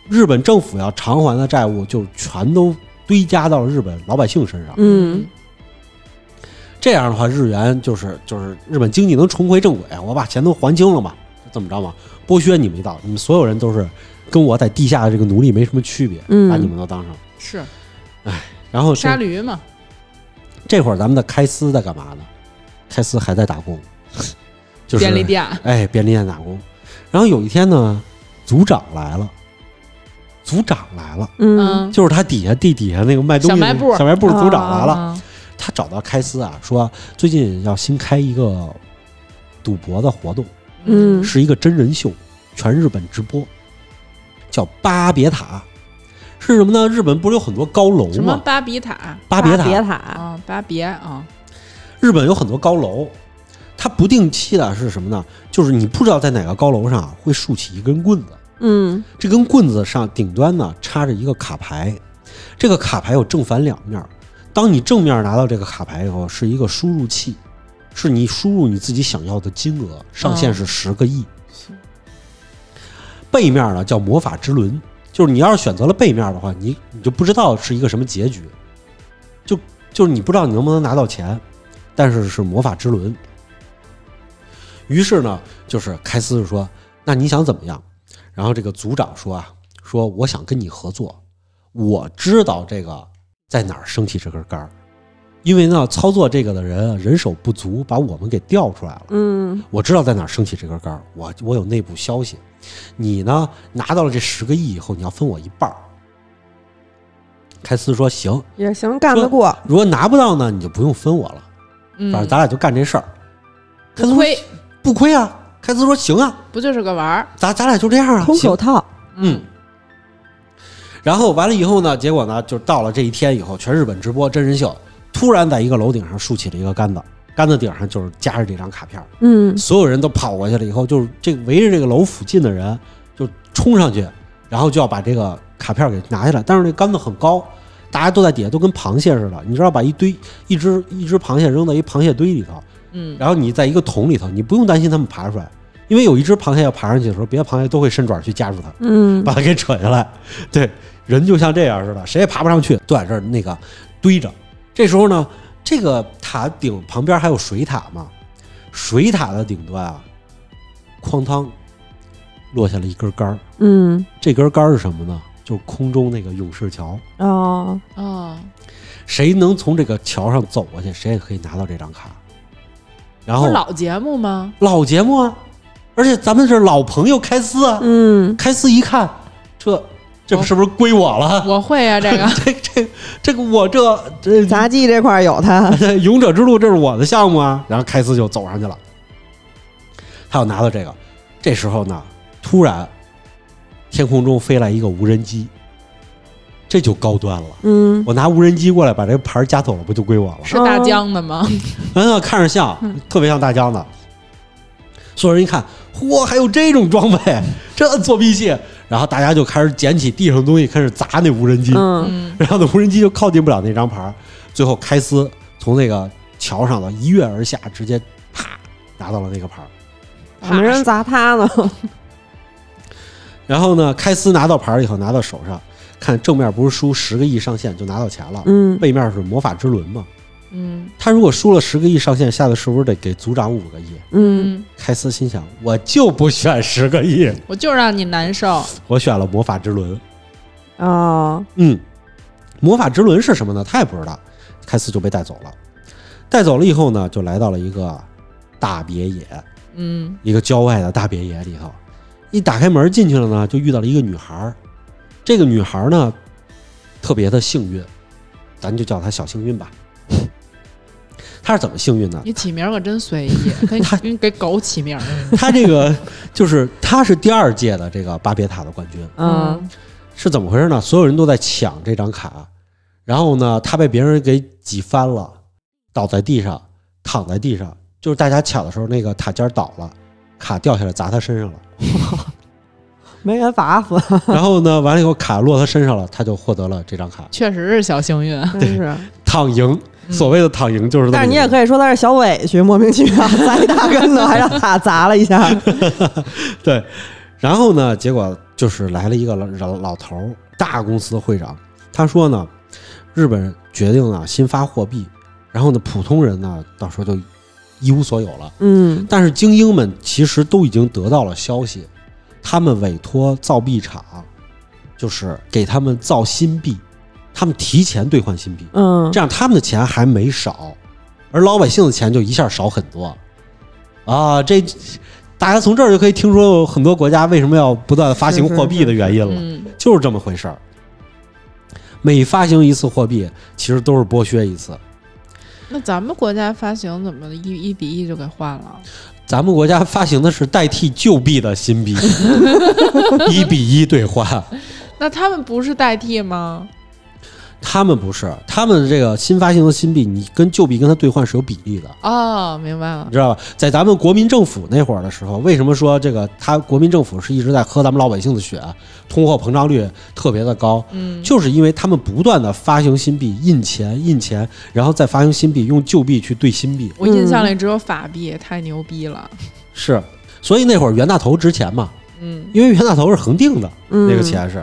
Speaker 2: 日本政府要偿还的债务就全都堆加到日本老百姓身上。
Speaker 3: 嗯，
Speaker 2: 这样的话，日元就是就是日本经济能重回正轨，啊我把钱都还清了嘛，怎么着嘛？剥削你们一道，你们所有人都是跟我在地下的这个奴隶没什么区别，
Speaker 3: 嗯
Speaker 2: 把你们都当上。
Speaker 1: 是
Speaker 2: 然后
Speaker 1: 杀
Speaker 2: 这
Speaker 1: 驴嘛，
Speaker 2: 这会儿咱们的开司在干嘛呢？开司还在打工， 就是
Speaker 1: 便利店。
Speaker 2: 哎，便利店打工。然后有一天呢，组长来了，组长来了，
Speaker 3: 嗯，
Speaker 1: 嗯，
Speaker 2: 就是他底下地底下那个卖东西的
Speaker 1: 小卖部
Speaker 2: 小卖部的组长来了。
Speaker 1: 啊
Speaker 2: 他找到开司啊，说最近要新开一个赌博的活动，
Speaker 3: 嗯
Speaker 2: 是一个真人秀，全日本直播，叫巴别塔。是什么呢？日本不是有很多高楼
Speaker 1: 什么
Speaker 2: 吗？
Speaker 1: 巴比塔
Speaker 2: 巴别塔，
Speaker 3: 塔，
Speaker 1: 啊，巴别啊，
Speaker 2: 日本有很多高楼，它不定期的是什么呢？就是你不知道在哪个高楼上会竖起一根棍子，
Speaker 3: 嗯
Speaker 2: 这根棍子上顶端呢插着一个卡牌，这个卡牌有正反两面儿。当你正面拿到这个卡牌以后，是一个输入器，是你输入你自己想要的金额，上限是十个亿。
Speaker 1: 是
Speaker 2: 背面呢叫魔法之轮，就是你要是选择了背面的话，你你就不知道是一个什么结局，就就是你不知道你能不能拿到钱，但是是魔法之轮。于是呢，就是开司就说：“那你想怎么样？”然后这个组长说：“啊，说我想跟你合作，我知道这个在哪儿升起这根杆儿，因为呢，操作这个的人啊人手不足，把我们给调出来了。”
Speaker 3: 嗯
Speaker 2: 我知道在哪儿升起这根杆儿，我我有内部消息。你呢，拿到了这十个亿以后，你要分我一半儿。开司说行，
Speaker 3: 也行，干得过，
Speaker 2: 如果拿不到呢，你就不用分我了，
Speaker 1: 嗯
Speaker 2: 反正咱俩就干这事儿。开司
Speaker 1: 不
Speaker 2: 说
Speaker 1: 亏，
Speaker 2: 不亏啊，开司说行啊，
Speaker 1: 不就是个玩儿？
Speaker 2: 咱咱俩就这样啊，
Speaker 3: 空手
Speaker 2: 行。
Speaker 3: 套，
Speaker 2: 嗯。然后完了以后呢，结果呢，就到了这一天以后，全日本直播真人秀，突然在一个楼顶上竖起了一个杆子，杆子顶上就是夹着这张卡片儿。
Speaker 3: 嗯
Speaker 2: 所有人都跑过去了以后，就是这围着这个楼附近的人就冲上去，然后就要把这个卡片给拿下来。但是那杆子很高，大家都在底下都跟螃蟹似的，你知道，把一堆一只一只螃蟹扔到一螃蟹堆里头，
Speaker 1: 嗯，
Speaker 2: 然后你在一个桶里头，你不用担心它们爬出来，因为有一只螃蟹要爬上去的时候，别的螃蟹都会伸爪去夹住它。
Speaker 3: 嗯
Speaker 2: 把它给扯下来。对，人就像这样似的，谁也爬不上去，都在这儿那个堆着。这时候呢，这个塔顶旁边还有水塔嘛，水塔的顶端啊，哐当落下了一根杆儿。
Speaker 3: 嗯，
Speaker 2: 这根杆儿是什么呢？就是空中那个勇士桥。
Speaker 3: 哦，
Speaker 1: 哦，
Speaker 2: 谁能从这个桥上走过去，谁也可以拿到这张卡。然
Speaker 1: 不
Speaker 2: 后
Speaker 1: 是老节目吗？
Speaker 2: 老节目啊，而且咱们是老朋友开司啊，
Speaker 3: 嗯，
Speaker 2: 开司一看，这这是不是归我了？
Speaker 1: 我会啊，这个
Speaker 2: 这这这个我这这
Speaker 4: 杂技这块儿有他，
Speaker 2: 勇者之路这是我的项目啊。然后开司就走上去了，他要拿到这个。这时候呢，突然天空中飞来一个无人机，这就高端了。
Speaker 3: 嗯，
Speaker 2: 我拿无人机过来把这个牌儿夹走了，不就归我了？
Speaker 1: 是大疆的吗？
Speaker 2: 嗯，看着像，特别像大疆的。所有人一看，嚯，还有这种装备，这作弊器！然后大家就开始捡起地上东西，开始砸那无人机。
Speaker 3: 嗯，
Speaker 1: 嗯，
Speaker 2: 然后那无人机就靠近不了那张牌儿。最后，开司从那个桥上了一跃而下，直接啪拿到了那个牌儿。
Speaker 1: 嗯
Speaker 3: 没人砸他呢，
Speaker 2: 然后呢，开司拿到牌儿以后，拿到手上，看正面不是输十个亿上限就拿到钱了，
Speaker 3: 嗯，
Speaker 2: 背面是魔法之轮嘛。
Speaker 1: 嗯
Speaker 2: 他如果输了十个亿上限，下次是不是得给组长五个亿？
Speaker 3: 嗯，
Speaker 1: 嗯，
Speaker 2: 开司心想，我就不选十个亿，
Speaker 1: 我就让你难受。
Speaker 2: 我选了魔法之轮。
Speaker 3: 哦，
Speaker 2: 嗯，魔法之轮是什么呢？他也不知道。开司就被带走了，带走了以后呢，就来到了一个大别野，
Speaker 1: 嗯
Speaker 2: 一个郊外的大别野里头。一打开门进去了呢，就遇到了一个女孩儿。这个女孩儿呢，特别的幸运，咱就叫她小幸运吧。 她是怎么幸 运呢？
Speaker 1: 你起名儿可真随 意，给
Speaker 2: 他
Speaker 1: 你给狗起名儿。
Speaker 2: 她这个就是她是第二届的这个巴别塔的冠军。
Speaker 3: 嗯，
Speaker 2: 是怎么回事呢？所有人都在抢这张卡，然后呢，他被别人给挤翻了，倒在地上，躺在地上，就是大家抢的时候，那个塔尖倒了，卡掉下来砸他身上了，
Speaker 4: 没人罚死，
Speaker 2: 然后呢，完了以后卡落他身上了，他就获得了这张卡，
Speaker 1: 确实是小幸运。
Speaker 4: 真是。
Speaker 2: 躺赢。所谓的躺赢就是
Speaker 4: 嗯
Speaker 2: 这么
Speaker 4: 但是你也
Speaker 2: 赢
Speaker 4: 可以说他是小委屈，莫名其妙砸一大跟头，还让他砸了一 下。
Speaker 2: 对，然后呢，结果就是来了一个老老老头儿，大公司的会长，他说呢，日本决定啊新发货币，然后呢，普通人呢到时候就一无所有了。
Speaker 3: 嗯，
Speaker 2: 但是精英们其实都已经得到了消息，他们委托造币厂，就是给他们造新币，他们提前兑换新币，
Speaker 3: 嗯，
Speaker 2: 这样他们的钱还没少，而老百姓的钱就一下少很多。啊，这大家从这儿就可以听说有很多国家为什么要不断地发行货币的原因了，
Speaker 1: 嗯，
Speaker 2: 就是这么回事儿。每发行一次货币，其实都是剥削一次。
Speaker 1: 那咱们国家发行怎么一一比一就给换了？
Speaker 2: 咱们国家发行的是代替旧币的新币， 一比一兑换。
Speaker 1: 那他们不是代替吗？
Speaker 2: 他们不是，他们这个新发行的新币，你跟旧币跟它兑换是有比例的，
Speaker 1: 哦，明白了
Speaker 2: 你。知道吧？在咱们国民政府那会儿的时候，为什么说这个他国民政府是一直在喝咱们老百姓的血，通货膨胀率特别的高，
Speaker 1: 嗯，
Speaker 2: 就是因为他们不断的发行新币，印钱印钱，然后再发行新币，用旧币去兑新币，
Speaker 1: 我印象里只有法币，太牛逼了。
Speaker 2: 是，所以那会儿袁大头值钱嘛，
Speaker 1: 嗯，
Speaker 2: 因为袁大头是恒定的。
Speaker 3: 那
Speaker 4: 嗯
Speaker 2: 那个，钱是，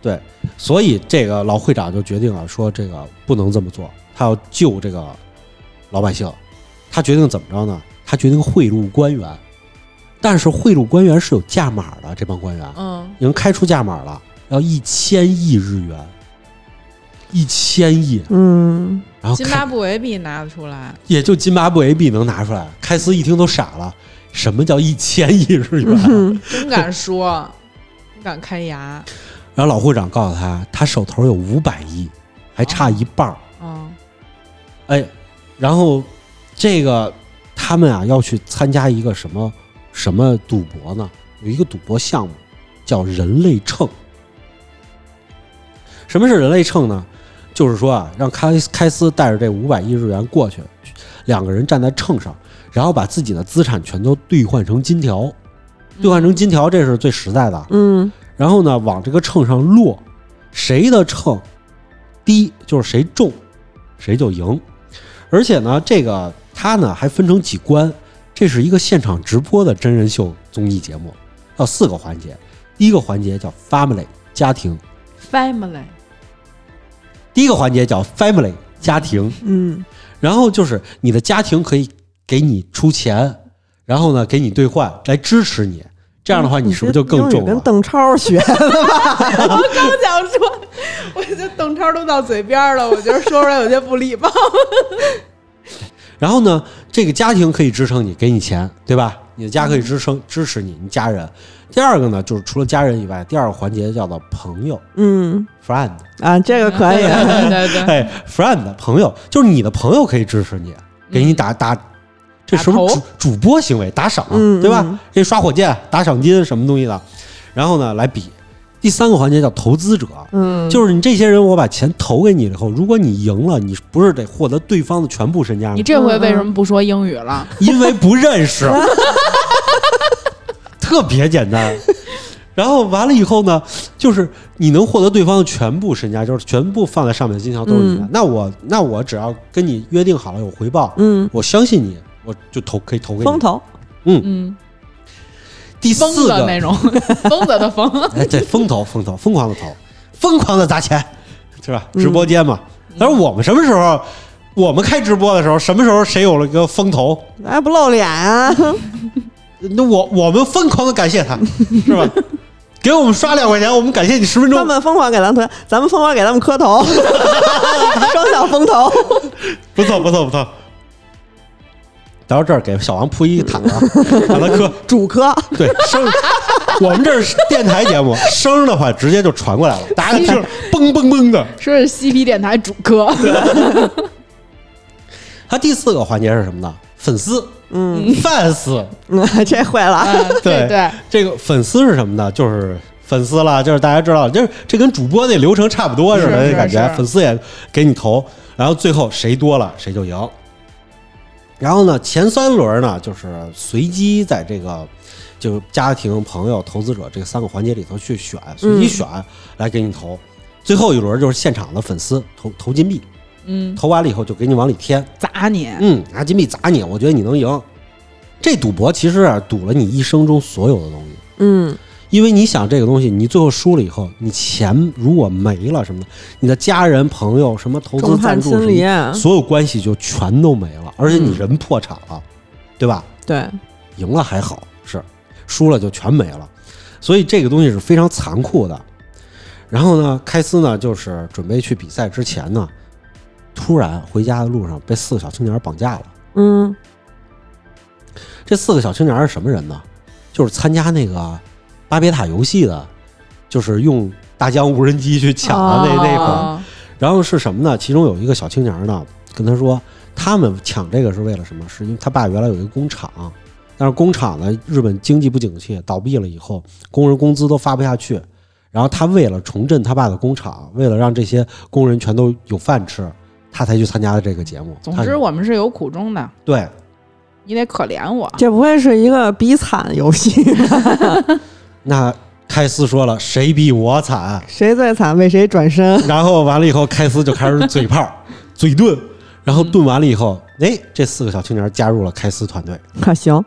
Speaker 2: 对，所以这个老会长就决定了，说这个不能这么做，他要救这个老百姓。他决定怎么着呢？他决定贿赂官员，但是贿赂官员是有价码的，这帮官员
Speaker 1: 嗯，
Speaker 2: 已经开出价码了，要一千亿日元，一千亿，
Speaker 4: 嗯，
Speaker 2: 然后
Speaker 1: 津
Speaker 2: 开
Speaker 1: 巴布韦币拿得出来，
Speaker 2: 也就津巴布韦币能拿出来。开斯一听都傻了，什么叫一千亿日元？
Speaker 3: 嗯
Speaker 1: 真敢说，真敢开牙。
Speaker 2: 然后老会长告诉他，他手头有五百亿，还差一半儿。
Speaker 1: 嗯
Speaker 2: 哎，然后这个他们啊要去参加一个什么什么赌博呢？有一个赌博项目叫人类秤。什么是人类秤呢？就是说啊，让开开斯带着这五百亿日元过去，两个人站在秤上，然后把自己的资产全都兑换成金条，兑换成金条这是最实在的啊。
Speaker 3: 嗯
Speaker 2: 然后呢，往这个秤上落，谁的秤低就是谁重，谁就赢。而且呢，这个它呢还分成几关，这是一个现场直播的真人秀综艺节目，要四个环节。第一个环节叫 family 家庭，
Speaker 1: ，family，
Speaker 2: 第一个环节叫 family 家庭，
Speaker 4: 嗯，
Speaker 2: 然后就是你的家庭可以给你出钱，然后呢给你兑换来支持你。这样的话，你是不是就更
Speaker 4: 英
Speaker 2: 重
Speaker 4: 语
Speaker 2: 了？
Speaker 4: 跟邓超学，
Speaker 1: 我刚想说，我这邓超都到嘴边了，我觉得说出来有些不礼貌。
Speaker 2: 然后呢，这个家庭可以支撑你，给你钱，对吧？你的家可以支撑支持你，你家人。第二个呢，就是除了家人以外，第二个环节叫做朋友
Speaker 4: 嗯
Speaker 2: （friend）。
Speaker 4: 啊，这个可以
Speaker 1: 对。对对对对，
Speaker 2: 哎，friend 朋友，就是你的朋友可以支持你，给你打打，这
Speaker 1: 打
Speaker 2: 什么
Speaker 1: 头
Speaker 2: 主主播行为打赏，
Speaker 4: 嗯
Speaker 2: 对吧？
Speaker 4: 嗯
Speaker 2: 这刷火箭、打赏金什么东西的，然后呢来比。第三个环节叫投资者，
Speaker 4: 嗯，
Speaker 2: 就是你这些人，我把钱投给你了以后，如果你赢了，你不是得获得对方的全部身家吗
Speaker 1: 你？这回为什么不说英语了？
Speaker 2: 因为不 认识，特别简单。然后完了以后呢，就是你能获得对方的全部身家，就是全部放在上面的金条都是你的。那我那我只要跟你约定好了有回报，
Speaker 4: 嗯，
Speaker 2: 我相信你，我就投可以投给
Speaker 4: 风
Speaker 2: 你。
Speaker 4: 投，
Speaker 1: 嗯，
Speaker 2: 第
Speaker 1: 疯
Speaker 2: 四
Speaker 1: 子
Speaker 2: 个
Speaker 1: 那种， 疯子的疯。
Speaker 2: 哎，对，风投，风投，疯狂的投，疯狂的砸钱，
Speaker 4: 嗯
Speaker 2: 是吧？直播间嘛。但是我们什么时候，我们开直播的时候，什么时候谁有了个风投？
Speaker 4: 哎，不露脸 啊，
Speaker 2: 那我我们疯狂的感谢 他，是吧？给我们刷两块钱，我们感谢你十分
Speaker 4: 他
Speaker 2: 钟。
Speaker 4: 们疯狂给咱们，咱们疯狂给他们磕头， 双向风投。
Speaker 2: 不错，不错，不错。聊到这儿，给小王铺一个毯 子，让他磕。
Speaker 4: 主科，
Speaker 2: 对， 生，我们这是电台节目，声儿的话直接就传过来 了，大家听，嘣嘣嘣的。
Speaker 1: 说是嬉皮电台主歌，
Speaker 2: 它第四个环节是什么呢？粉丝
Speaker 4: 嗯，
Speaker 2: ，fans。
Speaker 4: 嗯这会
Speaker 2: 哎
Speaker 4: 了，
Speaker 1: 嗯 对
Speaker 2: 对这个粉丝是什么呢？就是粉丝啦，就是大家知道，就是这跟主播那流程差不多似的，
Speaker 1: 是
Speaker 2: 那感觉
Speaker 1: 是
Speaker 2: 粉丝也给你投，然后最后谁多了谁就赢。然后呢，前三轮呢就是随机在这个就是家庭、朋友、投资者这三个环节里头去选，随
Speaker 1: 嗯
Speaker 2: 机选来给你投。最后一轮就是现场的粉丝投投金币，
Speaker 1: 嗯，
Speaker 2: 投完了以后就给你往里添，
Speaker 1: 砸你，
Speaker 2: 嗯，拿金币砸你，我觉得你能赢。这赌博其实啊，赌了你一生中所有的东西。
Speaker 4: 嗯
Speaker 2: 因为你想这个东西，你最后输了以后，你钱如果没了什么的，你的家人、朋友、什么投资
Speaker 4: 众
Speaker 2: 赞
Speaker 4: 叛
Speaker 2: 助
Speaker 4: 亲
Speaker 2: 什
Speaker 4: 离
Speaker 2: 么，， 嗯所有关系就全都没了，而且你人破产了，对吧？
Speaker 4: 对，
Speaker 2: 赢了还好，是输了就全没了，所以这个东西是非常残酷的。然后呢，开斯呢就是准备去比赛之前呢，突然回家的路上被四个小青年绑架了。
Speaker 4: 嗯
Speaker 2: 这四个小青年是什么人呢？就是参加那个巴别塔游戏的，就是用大疆无人机去抢的那、那会儿。
Speaker 1: 哦
Speaker 2: 然后是什么呢？其中有一个小青年呢，跟他说，他们抢这个是为了什么？是因为他爸原来有一个工厂，但是工厂呢，日本经济不景气，倒闭了以后，工人工资都发不下去。然后他为了重振他爸的工厂，为了让这些工人全都有饭吃，他才去参加的这个节目。
Speaker 1: 总
Speaker 2: 他
Speaker 1: 之我们是有苦衷的，
Speaker 2: 对
Speaker 1: 你得可怜我。
Speaker 4: 这不会是一个比惨游戏吧？
Speaker 2: 那开司说了，谁比我惨？
Speaker 4: 谁最惨为谁转身？
Speaker 2: 然后完了以后，开司就开始嘴炮、嘴遁，然后遁完了以后，哎，这四个小青年加入了开司团队。
Speaker 4: 啊，行，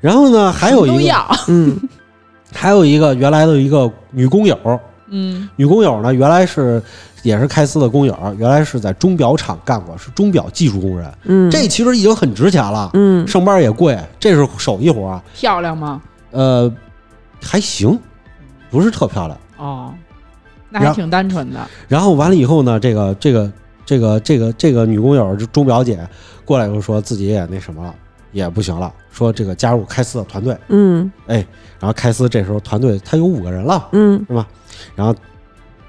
Speaker 2: 然后呢，还有
Speaker 1: 都
Speaker 2: 一个，
Speaker 1: 要，
Speaker 4: 嗯
Speaker 2: 还有一个原来的一个女工友，
Speaker 1: 嗯
Speaker 2: 女工友呢原来是也是开司的工友，原来是在钟表厂干过，是钟表技术工人。
Speaker 4: 嗯，
Speaker 2: 这其实已经很值钱了，
Speaker 4: 嗯
Speaker 2: 上班也贵，这是手艺活儿，
Speaker 1: 漂亮吗？
Speaker 2: 呃，还行，不是特漂亮。
Speaker 1: 哦，那
Speaker 2: 然
Speaker 1: 还
Speaker 2: 后
Speaker 1: 挺单纯的，
Speaker 2: 然后完了以后呢，这个这个这个这个这个女工友钟表姐过来以后说自己也那什么了，也不行了，说这个加入开司的团队，
Speaker 4: 嗯
Speaker 2: 然后开司这时候团队他有五个人了，
Speaker 4: 嗯
Speaker 2: 然后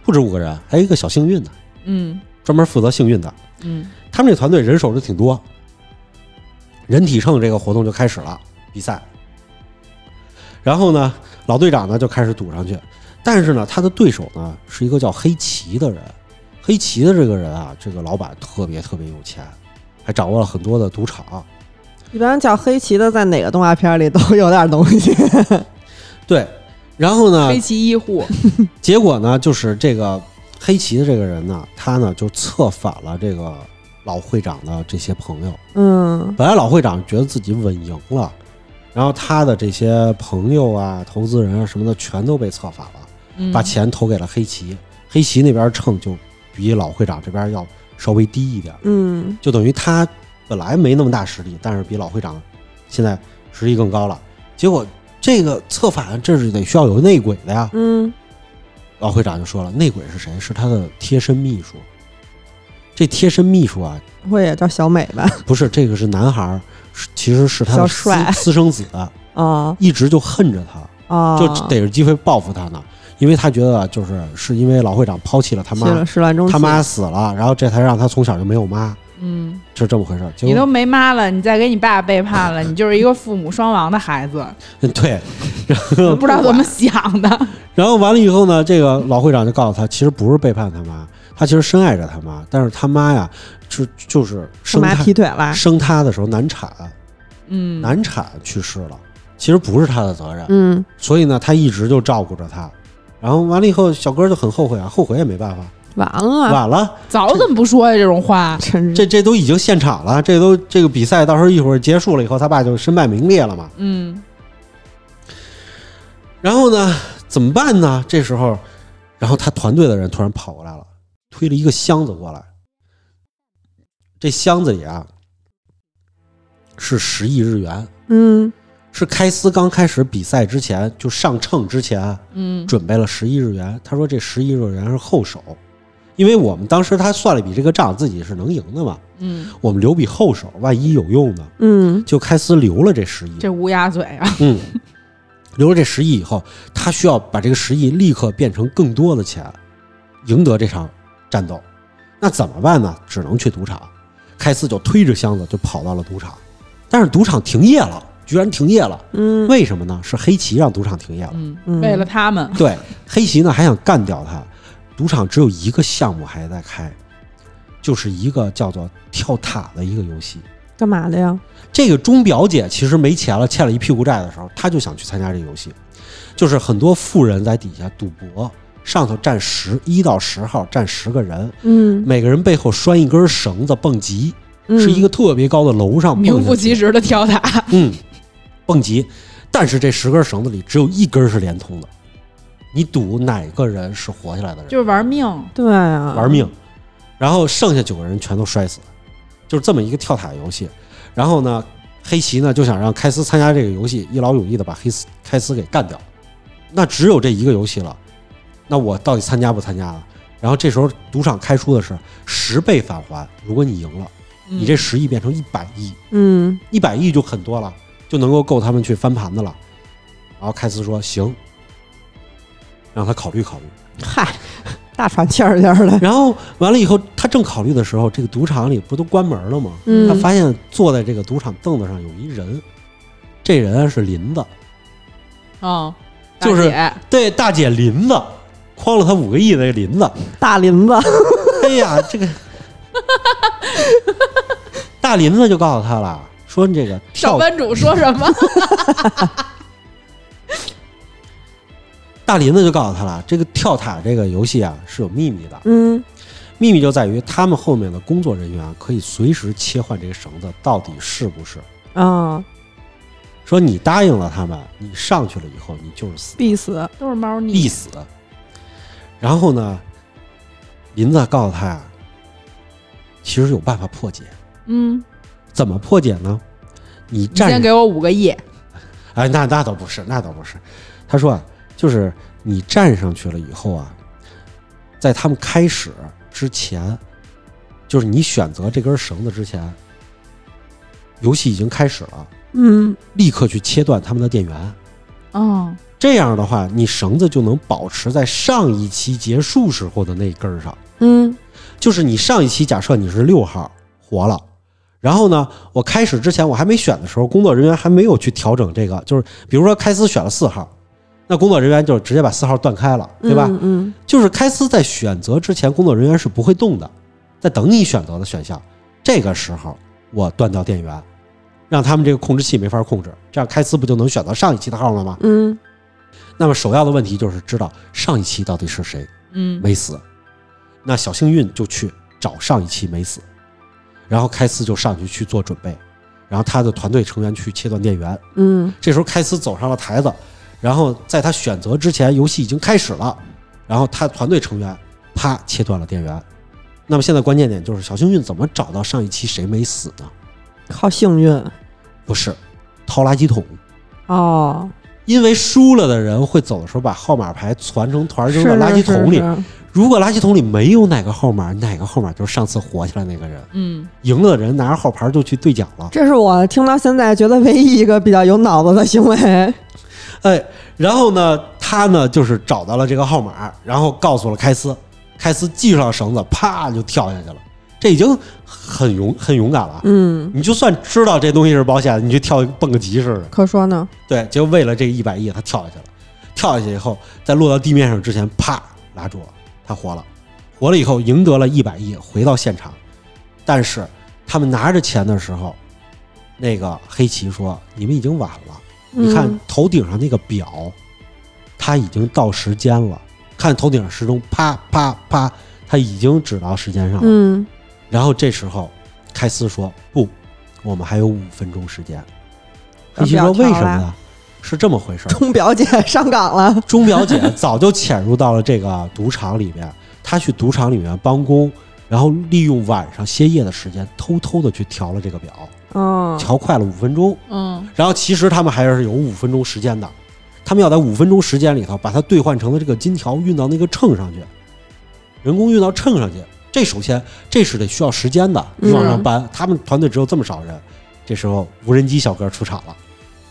Speaker 2: 不止五个人，还有一个小幸运的，
Speaker 1: 嗯
Speaker 2: 专门负责幸运的，
Speaker 1: 嗯
Speaker 2: 他们这团队人手就挺多，人体秤这个活动就开始了比赛。然后呢，老队长呢就开始赌上去，但是呢，他的对手呢是一个叫黑棋的人。黑棋的这个人啊，这个老板特别特别有钱，还掌握了很多的赌场。
Speaker 4: 一般叫黑棋的，在哪个动画片里都有点东西。
Speaker 2: 对，然后呢
Speaker 1: 黑，崎一护，
Speaker 2: 结果呢就是这个黑棋的这个人呢，他呢就策反了这个老会长的这些朋友。
Speaker 4: 嗯
Speaker 2: 本来老会长觉得自己稳赢了，然后他的这些朋友啊、投资人啊什么的全都被策反了，
Speaker 1: 嗯
Speaker 2: 把钱投给了黑棋。黑棋那边秤就比老会长这边要稍微低一点，
Speaker 4: 嗯
Speaker 2: 就等于他本来没那么大实力，但是比老会长现在实力更高了。结果这个策反这是得需要有内鬼的呀。
Speaker 4: 嗯
Speaker 2: 老会长就说了，内鬼是谁？是他的贴身秘书。这贴身秘书啊，
Speaker 4: 不会也叫小美 吧？
Speaker 2: 不是这个是男孩儿，是其实是他的
Speaker 4: 小
Speaker 2: 私
Speaker 4: 帅
Speaker 2: 私生子，
Speaker 4: 啊
Speaker 2: 一直就恨着他，
Speaker 4: 啊，
Speaker 2: 就逮着机会报复他呢，因为他觉得就是是因为老会长抛弃了他
Speaker 4: 去
Speaker 2: 妈
Speaker 4: 了，始乱终弃。
Speaker 2: 他妈死了，然后这才让他从小就没有妈，
Speaker 1: 嗯，
Speaker 2: 是这么回事儿。结
Speaker 1: 你
Speaker 2: 果
Speaker 1: 都没妈了，你再给你爸背叛了，你就是一个父母双亡的孩 子，
Speaker 2: 对，
Speaker 1: 不知道怎么想的。
Speaker 2: 然后完了以后呢，这个老会长就告诉他，其实不是背叛他妈，他其实深爱着他妈，但是他妈呀，就就是
Speaker 4: 他
Speaker 2: 生
Speaker 4: 妈
Speaker 2: 他
Speaker 4: 劈腿了，
Speaker 2: 生他的时候难产，
Speaker 1: 嗯，
Speaker 2: 难产去世了，其实不是他的责任，
Speaker 4: 嗯，
Speaker 2: 所以呢，他一直就照顾着他。然后完了以后，小哥就很后悔啊，后悔也没办法，
Speaker 4: 完了，
Speaker 3: 啊
Speaker 2: 晚了，
Speaker 1: 早怎么不说呀？这种话，
Speaker 4: 真是
Speaker 2: 这这都已经现场了，这都这个比赛到时候一会儿结束了以后，他爸就身败名裂了嘛。
Speaker 1: 嗯
Speaker 2: 然后呢，怎么办呢？这时候，然后他团队的人突然跑过来了，推了一个箱子过来。这箱子里啊，是十亿日元，
Speaker 4: 嗯
Speaker 2: 是开司刚开始比赛之前就上秤之前啊
Speaker 1: 嗯
Speaker 2: 准备了十亿日元。他说这十亿日元是后手，因为我们当时他算了一笔这个账，自己是能赢的嘛，
Speaker 1: 嗯，
Speaker 2: 我们留笔后手，万一有用呢，
Speaker 4: 嗯
Speaker 2: 就开司留了这十亿。
Speaker 1: 这乌鸦嘴啊，
Speaker 2: 嗯，留了这十亿以后，他需要把这个十亿立刻变成更多的钱，赢得这场战斗。那怎么办呢？只能去赌场。开司就推着箱子就跑到了赌场，但是赌场停业了，居然停业了。
Speaker 4: 嗯，
Speaker 2: 为什么呢？是黑棋让赌场停业了。
Speaker 1: 嗯，
Speaker 4: 嗯
Speaker 1: 为了他 们，
Speaker 2: 对，黑棋呢还想干掉他。赌场只有一个项目还在开，就是一个叫做跳塔的一个游戏。
Speaker 4: 干嘛的呀？
Speaker 2: 这个钟表姐其实没钱了，欠了一屁股债的时候，她就想去参加这个游戏。就是很多富人在底下赌博，上头站十一到十号站十个人，
Speaker 4: 嗯，
Speaker 2: 每个人背后拴一根绳子蹦极，
Speaker 4: 嗯
Speaker 2: 是一个特别高的楼上蹦下去
Speaker 1: 名副其实的挑 打。
Speaker 2: 嗯，蹦极。但是这十根绳子里只有一根是连通的，你赌哪个人是活下来的人，
Speaker 1: 就是玩命，
Speaker 4: 对啊，
Speaker 2: 玩命，然后剩下九个人全都摔死，就是这么一个跳塔游戏。然后呢，黑棋呢就想让开斯参加这个游戏，一劳永逸的把黑斯开斯给干掉。那只有这一个游戏了，那我到底参加不参加了？然后这时候赌场开出的是十倍返还，如果你赢了，
Speaker 1: 嗯
Speaker 2: 你这十亿变成一百亿，
Speaker 4: 嗯
Speaker 2: 一百亿就很多了，就能够够他们去翻盘的了。然后开斯说行，让他考虑考虑。
Speaker 4: 嗨，大喘气儿气儿的，
Speaker 2: 然后完了以后，他正考虑的时候，这个赌场里不都关门了吗？
Speaker 4: 嗯
Speaker 2: 他发现坐在这个赌场凳子上有一人，这人啊是林子，
Speaker 1: 啊，
Speaker 2: 就是
Speaker 1: 大姐
Speaker 2: 对，大姐林子，诓了他五个亿的这林子。
Speaker 4: 大林子，
Speaker 2: 哎呀，这个大林子就告诉他了，说这个
Speaker 1: 上
Speaker 2: 跳
Speaker 1: 班主说什 么？
Speaker 2: 大林子就告诉他了，这个跳塔这个游戏啊是有秘密的，
Speaker 4: 嗯
Speaker 2: 秘密就在于他们后面的工作人员可以随时切换这个绳子，到底是不是？
Speaker 4: 啊，
Speaker 2: 说你答应了他们，你上去了以后，你就是死，
Speaker 4: 必死，
Speaker 1: 都是猫腻
Speaker 2: 必。死。然后呢，林子告诉他呀，其实有办法破解。
Speaker 1: 嗯，
Speaker 2: 怎么破解呢？你
Speaker 1: 你先
Speaker 2: 站着，
Speaker 1: 给我五个亿。
Speaker 2: 哎，那那倒不是，那倒不是。他说啊，就是你站上去了以后啊，在他们开始之前，就是你选择这根绳子之前，游戏已经开始了，
Speaker 4: 嗯
Speaker 2: 立刻去切断他们的电源。
Speaker 1: 嗯
Speaker 2: 这样的话，你绳子就能保持在上一期结束时候的那根儿上。
Speaker 4: 嗯
Speaker 2: 就是你上一期假设你是六号活了，然后呢，我开始之前我还没选的时候，工作人员还没有去调整这个，就是比如说开司选了四号，那工作人员就直接把四号断开了，对吧？
Speaker 4: 嗯嗯
Speaker 2: 就是开司在选择之前，工作人员是不会动的，在等你选择的选项。这个时候我断掉电源，让他们这个控制器没法控制，这样开司不就能选择上一期的号了吗？
Speaker 4: 嗯
Speaker 2: 那么首要的问题就是知道上一期到底是谁
Speaker 1: 嗯，
Speaker 2: 没死，那小幸运就去找上一期没死，然后开司就上去去做准备，然后他的团队成员去切断电源。
Speaker 4: 嗯
Speaker 2: 这时候开司走上了台子，然后在他选择之前，游戏已经开始了，然后他团队成员啪切断了电源。那么现在关键点就是小幸运怎么找到上一期谁没死呢？
Speaker 4: 靠幸运
Speaker 2: 不是掏垃圾桶，
Speaker 4: 哦，
Speaker 2: 因为输了的人会走的时候把号码牌攒成团
Speaker 4: 是
Speaker 2: 扔到垃圾桶里，
Speaker 4: 是是是
Speaker 2: 如果垃圾桶里没有哪个号码，哪个号码就是上次活下来那个人，
Speaker 1: 嗯，
Speaker 2: 赢的人拿着号牌就去兑奖了。
Speaker 4: 这是我听到现在觉得唯一一个比较有脑子的行为。
Speaker 2: 哎，然后呢，他呢就是找到了这个号码，然后告诉了开司，开司系上绳子，啪就跳下去了。这已经很勇很勇敢了。
Speaker 4: 嗯，
Speaker 2: 你就算知道这东西是保险，你去跳蹦个极似的。
Speaker 4: 可说呢，
Speaker 2: 对，就为了这一百亿，他跳下去了。跳下去以后，在落到地面上之前，啪拉住了，他活了。活了以后，赢得了一百亿，回到现场。但是他们拿着钱的时候，那个黑棋说：“你们已经晚了，你看
Speaker 4: 嗯
Speaker 2: 头顶上那个表，它已经到时间了。看头顶上时钟，啪啪啪，它已经指到时间上了。
Speaker 4: 嗯，
Speaker 2: 然后这时候，开司说：“不，我们还有五分钟时间。”黑棋说：“为什么呢？是这么回事儿。
Speaker 4: 钟表姐上岗了，
Speaker 2: 钟表姐早就潜入到了这个赌场里面，她去赌场里面帮工，然后利用晚上歇业的时间，偷偷的去调了这个表，
Speaker 4: 嗯，
Speaker 2: 调快了五分钟。
Speaker 1: 嗯，
Speaker 2: 然后其实他们还是有五分钟时间的，他们要在五分钟时间里头把它兑换成的这个金条运到那个秤上去，人工运到秤上去。这首先这是得需要时间的，你往上搬，他们团队只有这么少人。这时候无人机小哥出场了，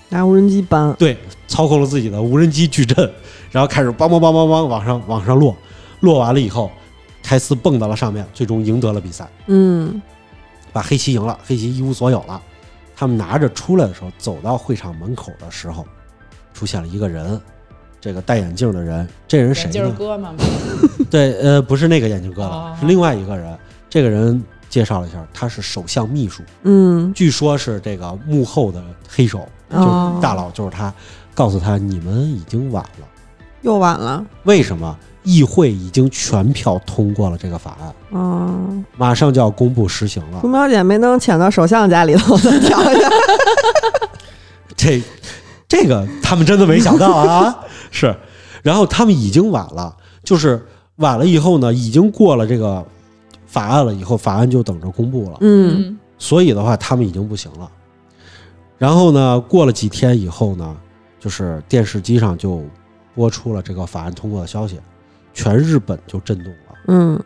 Speaker 4: 拿无人机搬，
Speaker 2: 对，操控了自己的无人机矩阵，然后开始梆梆梆梆梆往上往上落，落完了以后，开司蹦到了上面，最终赢得了比赛。
Speaker 4: 嗯，
Speaker 2: 把黑棋赢了，黑棋一无所有了。他们拿着出来的时候，走到会场门口的时候，出现了一个人，这个戴眼镜的人，这人谁
Speaker 1: 眼镜儿
Speaker 2: 呢？
Speaker 1: 哥嘛，
Speaker 2: 对，呃，不是那个眼镜哥了
Speaker 1: 哦，
Speaker 2: 是另外一个人。这个人介绍了一下，他是首相秘书，
Speaker 4: 嗯，
Speaker 2: 据说是这个幕后的黑手，就是大佬，就是他。告诉他，你们已经晚了。
Speaker 4: 又晚了，
Speaker 2: 为什么？议会已经全票通过了这个法案，
Speaker 4: 嗯，
Speaker 2: 马上就要公布实行了。
Speaker 4: 钟表姐没能潜到首相家里头再跳一下，
Speaker 2: 这这个他们真的没想到啊，是。然后他们已经晚了，就是晚了以后呢，已经过了这个法案了，以后法案就等着公布了。
Speaker 4: 嗯，
Speaker 1: 嗯
Speaker 2: 所以的话，他们已经不行了。然后呢，过了几天以后呢，就是电视机上就播出了这个法案通过的消息，全日本就震动了。
Speaker 4: 嗯，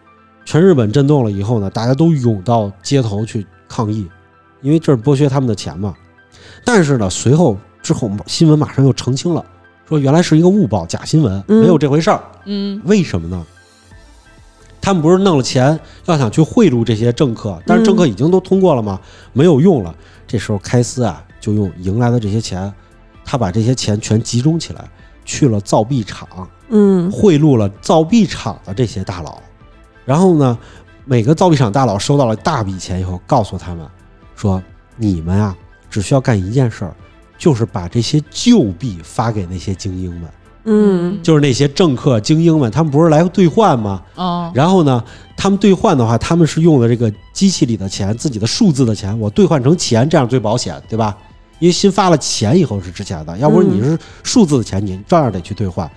Speaker 2: 全日本震动了以后呢，大家都涌到街头去抗议，因为这是剥削他们的钱嘛。但是呢，随后之后新闻马上又澄清了，说原来是一个误报，假新闻，
Speaker 4: 嗯
Speaker 2: 没有这回事儿。
Speaker 1: 嗯
Speaker 2: 为什么呢？他们不是弄了钱，要想去贿赂这些政客，但是政客已经都通过了嘛，没有用了。这时候开司啊，就用赢来的这些钱，他把这些钱全集中起来，去了造币厂，
Speaker 4: 嗯，
Speaker 2: 贿赂了造币厂的这些大佬，然后呢，每个造币厂大佬收到了大笔钱以后，告诉他们说：“你们啊，只需要干一件事儿，就是把这些旧币发给那些精英们，
Speaker 4: 嗯，
Speaker 2: 就是那些政客精英们，他们不是来兑换吗？
Speaker 1: 哦，
Speaker 2: 然后呢，他们兑换的话，他们是用的这个机器里的钱，自己的数字的钱，我兑换成钱，这样最保险，对吧？因为新发了钱以后是值钱的，嗯要不然你是数字的钱，你照样得去兑换。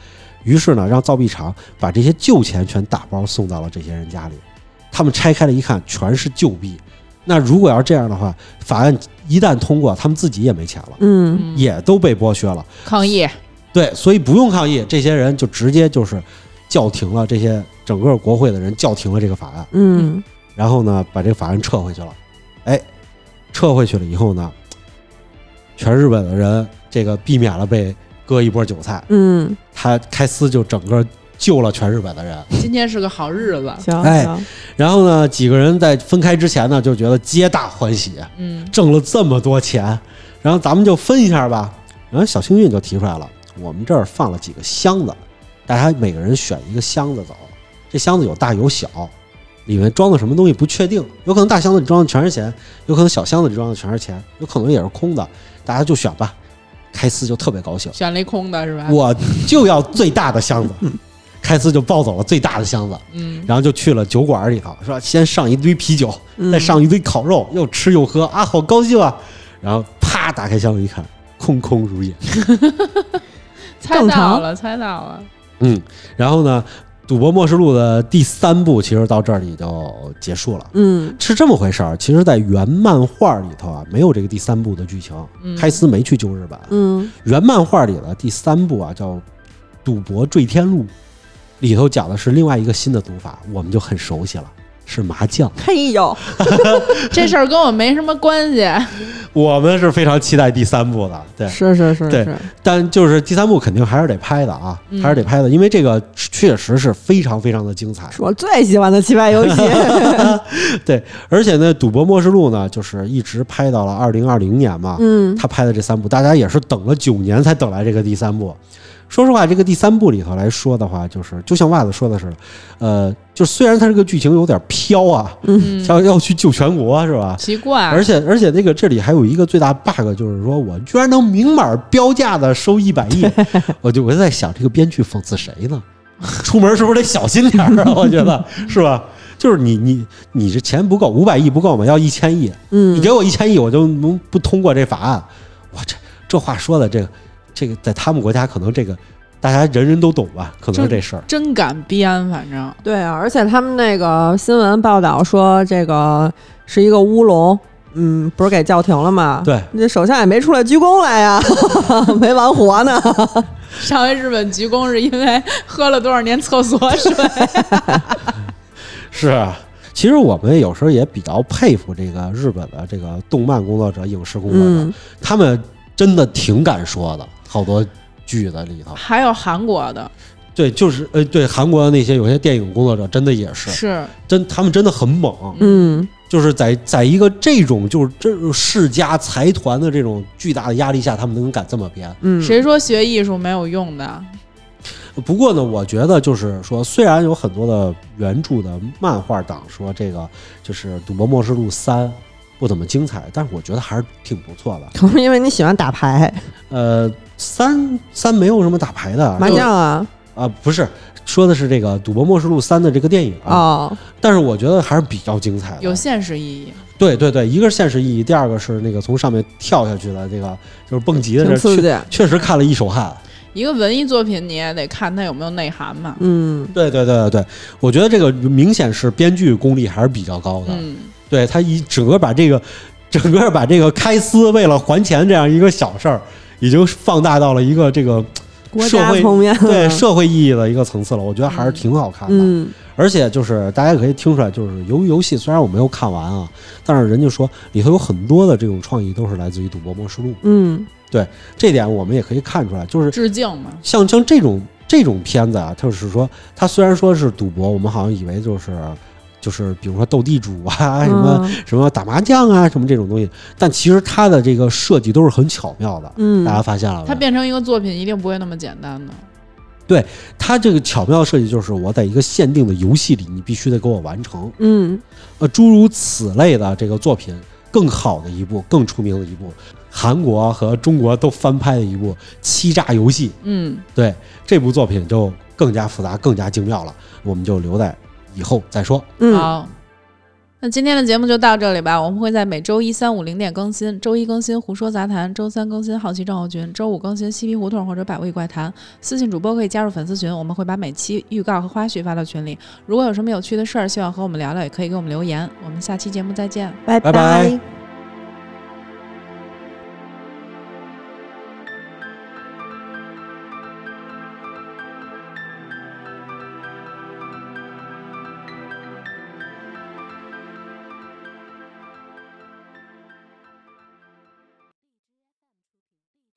Speaker 2: 于是呢，让造币厂把这些旧钱全打包送到了这些人家里。他们拆开了一看，全是旧币。那如果要是这样的话，法案一旦通过，他们自己也没钱了，
Speaker 4: 嗯，
Speaker 1: 嗯
Speaker 2: 也都被剥削了。
Speaker 1: 抗议，
Speaker 2: 对，所以不用抗议，这些人就直接就是叫停了，这些整个国会的人叫停了这个法案，
Speaker 4: 嗯，
Speaker 2: 然后呢，把这个法案撤回去了。哎，撤回去了以后呢，全日本的人这个避免了被割一波韭菜，
Speaker 4: 嗯，
Speaker 2: 他开司就整个救了全日本的人。
Speaker 1: 今天是个好日子，
Speaker 4: 行，
Speaker 2: 哎
Speaker 4: 行，
Speaker 2: 然后呢，几个人在分开之前呢，就觉得皆大欢喜，
Speaker 1: 嗯
Speaker 2: 挣了这么多钱，然后咱们就分一下吧。然后小幸运就提出来了，我们这儿放了几个箱子，大家每个人选一个箱子走。这箱子有大有小，里面装的什么东西不确定，有可能大箱子里装的全是钱，有可能小箱子里装的全是钱，有可能也是空的，大家就选吧。开司就特别高兴，
Speaker 1: 选了一空的是吧？
Speaker 2: 我就要最大的箱子。开司就抱走了最大的箱子，
Speaker 1: 嗯
Speaker 2: 然后就去了酒馆里头，说先上一堆啤酒，再上一堆烤肉，又吃又喝啊，好高兴啊！然后啪打开箱子一看，空空如也。
Speaker 1: 猜
Speaker 4: 正
Speaker 1: 到
Speaker 4: 常
Speaker 1: 了，猜到了，
Speaker 2: 嗯，然后呢，《赌博默示录》的第三部其实到这里就结束了。
Speaker 4: 嗯，
Speaker 2: 是这么回事儿，其实，在原漫画里头啊，没有这个第三部的剧情，
Speaker 1: 嗯
Speaker 2: 开司没去救日本。
Speaker 4: 嗯，
Speaker 2: 原漫画里的第三部啊，叫《赌博坠天录》，里头讲的是另外一个新的读法，我们就很熟悉了，是麻将。
Speaker 4: 嘿呦，
Speaker 1: 这事儿跟我没什么关系。
Speaker 2: 我们是非常期待第三部的，对，
Speaker 3: 是是是
Speaker 2: 对
Speaker 3: 是，
Speaker 2: 但就是第三部肯定还是得拍的啊，
Speaker 1: 嗯
Speaker 2: 还是得拍的，因为这个确实是非常非常的精 彩。
Speaker 4: 是我最喜欢的棋牌 游戏。
Speaker 2: 而且呢，《赌博默示录》呢，就是一直拍到了二零二零年嘛，
Speaker 3: 嗯，
Speaker 2: 他拍的这三部，大家也是等了九年才等来这个第三部。说实话，这个第三部里头来说的话，就是就像袜子说的似的，呃，就虽然它这个剧情有点飘啊，
Speaker 1: 嗯，
Speaker 2: 像要去救全国是吧？
Speaker 1: 奇
Speaker 4: 啊
Speaker 1: 怪，
Speaker 2: 而且而且那个这里还有一个最大 bug，就是说我居然能明码标价的收一百亿，我就我就在想这个编剧讽刺谁呢？ 出门是不是得小心点儿啊？我觉得是吧？就是你你你这钱不够，五百亿不够吗？要一千亿，
Speaker 3: 嗯
Speaker 2: 你给我一千亿，我就能不通过这法案。我这这话说的，这个这个在他们国家可能这个大家人人都懂吧？可能是这事儿。
Speaker 1: 真敢编，反正
Speaker 3: 对啊，而且他们那个新闻报道说，这个是一个乌龙，
Speaker 4: 嗯，不是给叫停了吗？
Speaker 2: 对，
Speaker 4: 你这首相也没出来鞠躬来呀，没完活呢。
Speaker 1: 上回日本鞠躬是因为喝了多少年厕所水，
Speaker 2: 是啊。其实我们有时候也比较佩服这个日本的这个动漫工作者、影视工作者，
Speaker 4: 嗯，
Speaker 2: 他们真的挺敢说的，好多剧的里头，
Speaker 1: 还有韩国的，
Speaker 2: 对，就是呃，对韩国的那些有些电影工作者，真的也是
Speaker 1: 是
Speaker 2: 真，他们真的很猛，
Speaker 4: 嗯，
Speaker 2: 就是在在一个这种就是这种世家财团的这种巨大的压力下，他们能敢这么编。
Speaker 4: 嗯，
Speaker 1: 谁说学艺术没有用的？
Speaker 2: 不过呢，我觉得就是说，虽然有很多的原著的漫画党说这个就是《赌博默示录三》不怎么精彩，但是我觉得还是挺不错的。
Speaker 4: 可能是因为你喜欢打牌、
Speaker 2: 呃，三三没有什么打牌的，
Speaker 4: 麻将啊？
Speaker 2: 啊，不是，说的是这个《赌博默示录三》的这个电影啊，
Speaker 4: 哦，
Speaker 2: 但是我觉得还是比较精彩
Speaker 1: 有
Speaker 2: 的。
Speaker 1: 现实意义，
Speaker 2: 对对对，一个是现实意义，第二个是那个从上面跳下去的这个就是蹦极的
Speaker 4: 挺
Speaker 2: 这
Speaker 4: 刺
Speaker 2: 确
Speaker 4: 激。
Speaker 2: 确实看了一手汗。
Speaker 1: 一个文艺作品你也得看它有没有内涵嘛。
Speaker 4: 嗯，
Speaker 2: 对对对对对，我觉得这个明显是编剧功力还是比较高的。
Speaker 1: 嗯，
Speaker 2: 对他一整个把这个整个把这个开司为了还钱这样一个小事儿，已经放大到了一个这个
Speaker 4: 国
Speaker 2: 社
Speaker 4: 家
Speaker 2: 会
Speaker 4: 层面
Speaker 3: 嗯
Speaker 2: 对社会意义的一个层次了。我觉得还是挺好看的。
Speaker 4: 嗯，
Speaker 2: 而且就是大家也可以听出来，就是由于游戏虽然我没有看完啊，但是人家说里头有很多的这种创意都是来自于《赌博默示录》，
Speaker 4: 嗯，
Speaker 2: 这点我们也可以看出来，就是
Speaker 1: 致敬嘛。
Speaker 2: 像像这种这种片子啊，它就是说它虽然说是赌博，我们好像以为就是 就是比如说斗地主啊，什么、什么打麻将啊，什么这种东西，但其实它的这个设计都是很巧妙的。
Speaker 4: 嗯
Speaker 2: 大家发现了
Speaker 1: 它
Speaker 2: 吧？
Speaker 1: 变成一个作品，一定不会那么简单的。
Speaker 2: 它这个巧妙的设计就是我在一个限定的游戏里，你必须得给我完成。
Speaker 4: 嗯，
Speaker 2: 呃，诸如此类的这个作品，更好的一部，更出名的一部，韩国啊和中国都翻拍的一部《欺诈游戏》。
Speaker 1: 嗯，
Speaker 2: 对这部作品就更加复杂、更加精妙了，我们就留在以后再说。
Speaker 4: 嗯，
Speaker 1: 好。那今天的节目就到这里吧，我们会在每周一、三、五零点更新，周一更新《胡说杂谈》，周三更新《好奇症候群》，周五更新《嬉皮胡同》或者《百味怪谈》。私信主播可以加入粉丝群，我们会把每期预告和花絮发到群里。如果有什么有趣的事儿，希望和我们聊聊，也可以给我们留言。我们下期节目再见。
Speaker 4: 拜
Speaker 2: 拜拜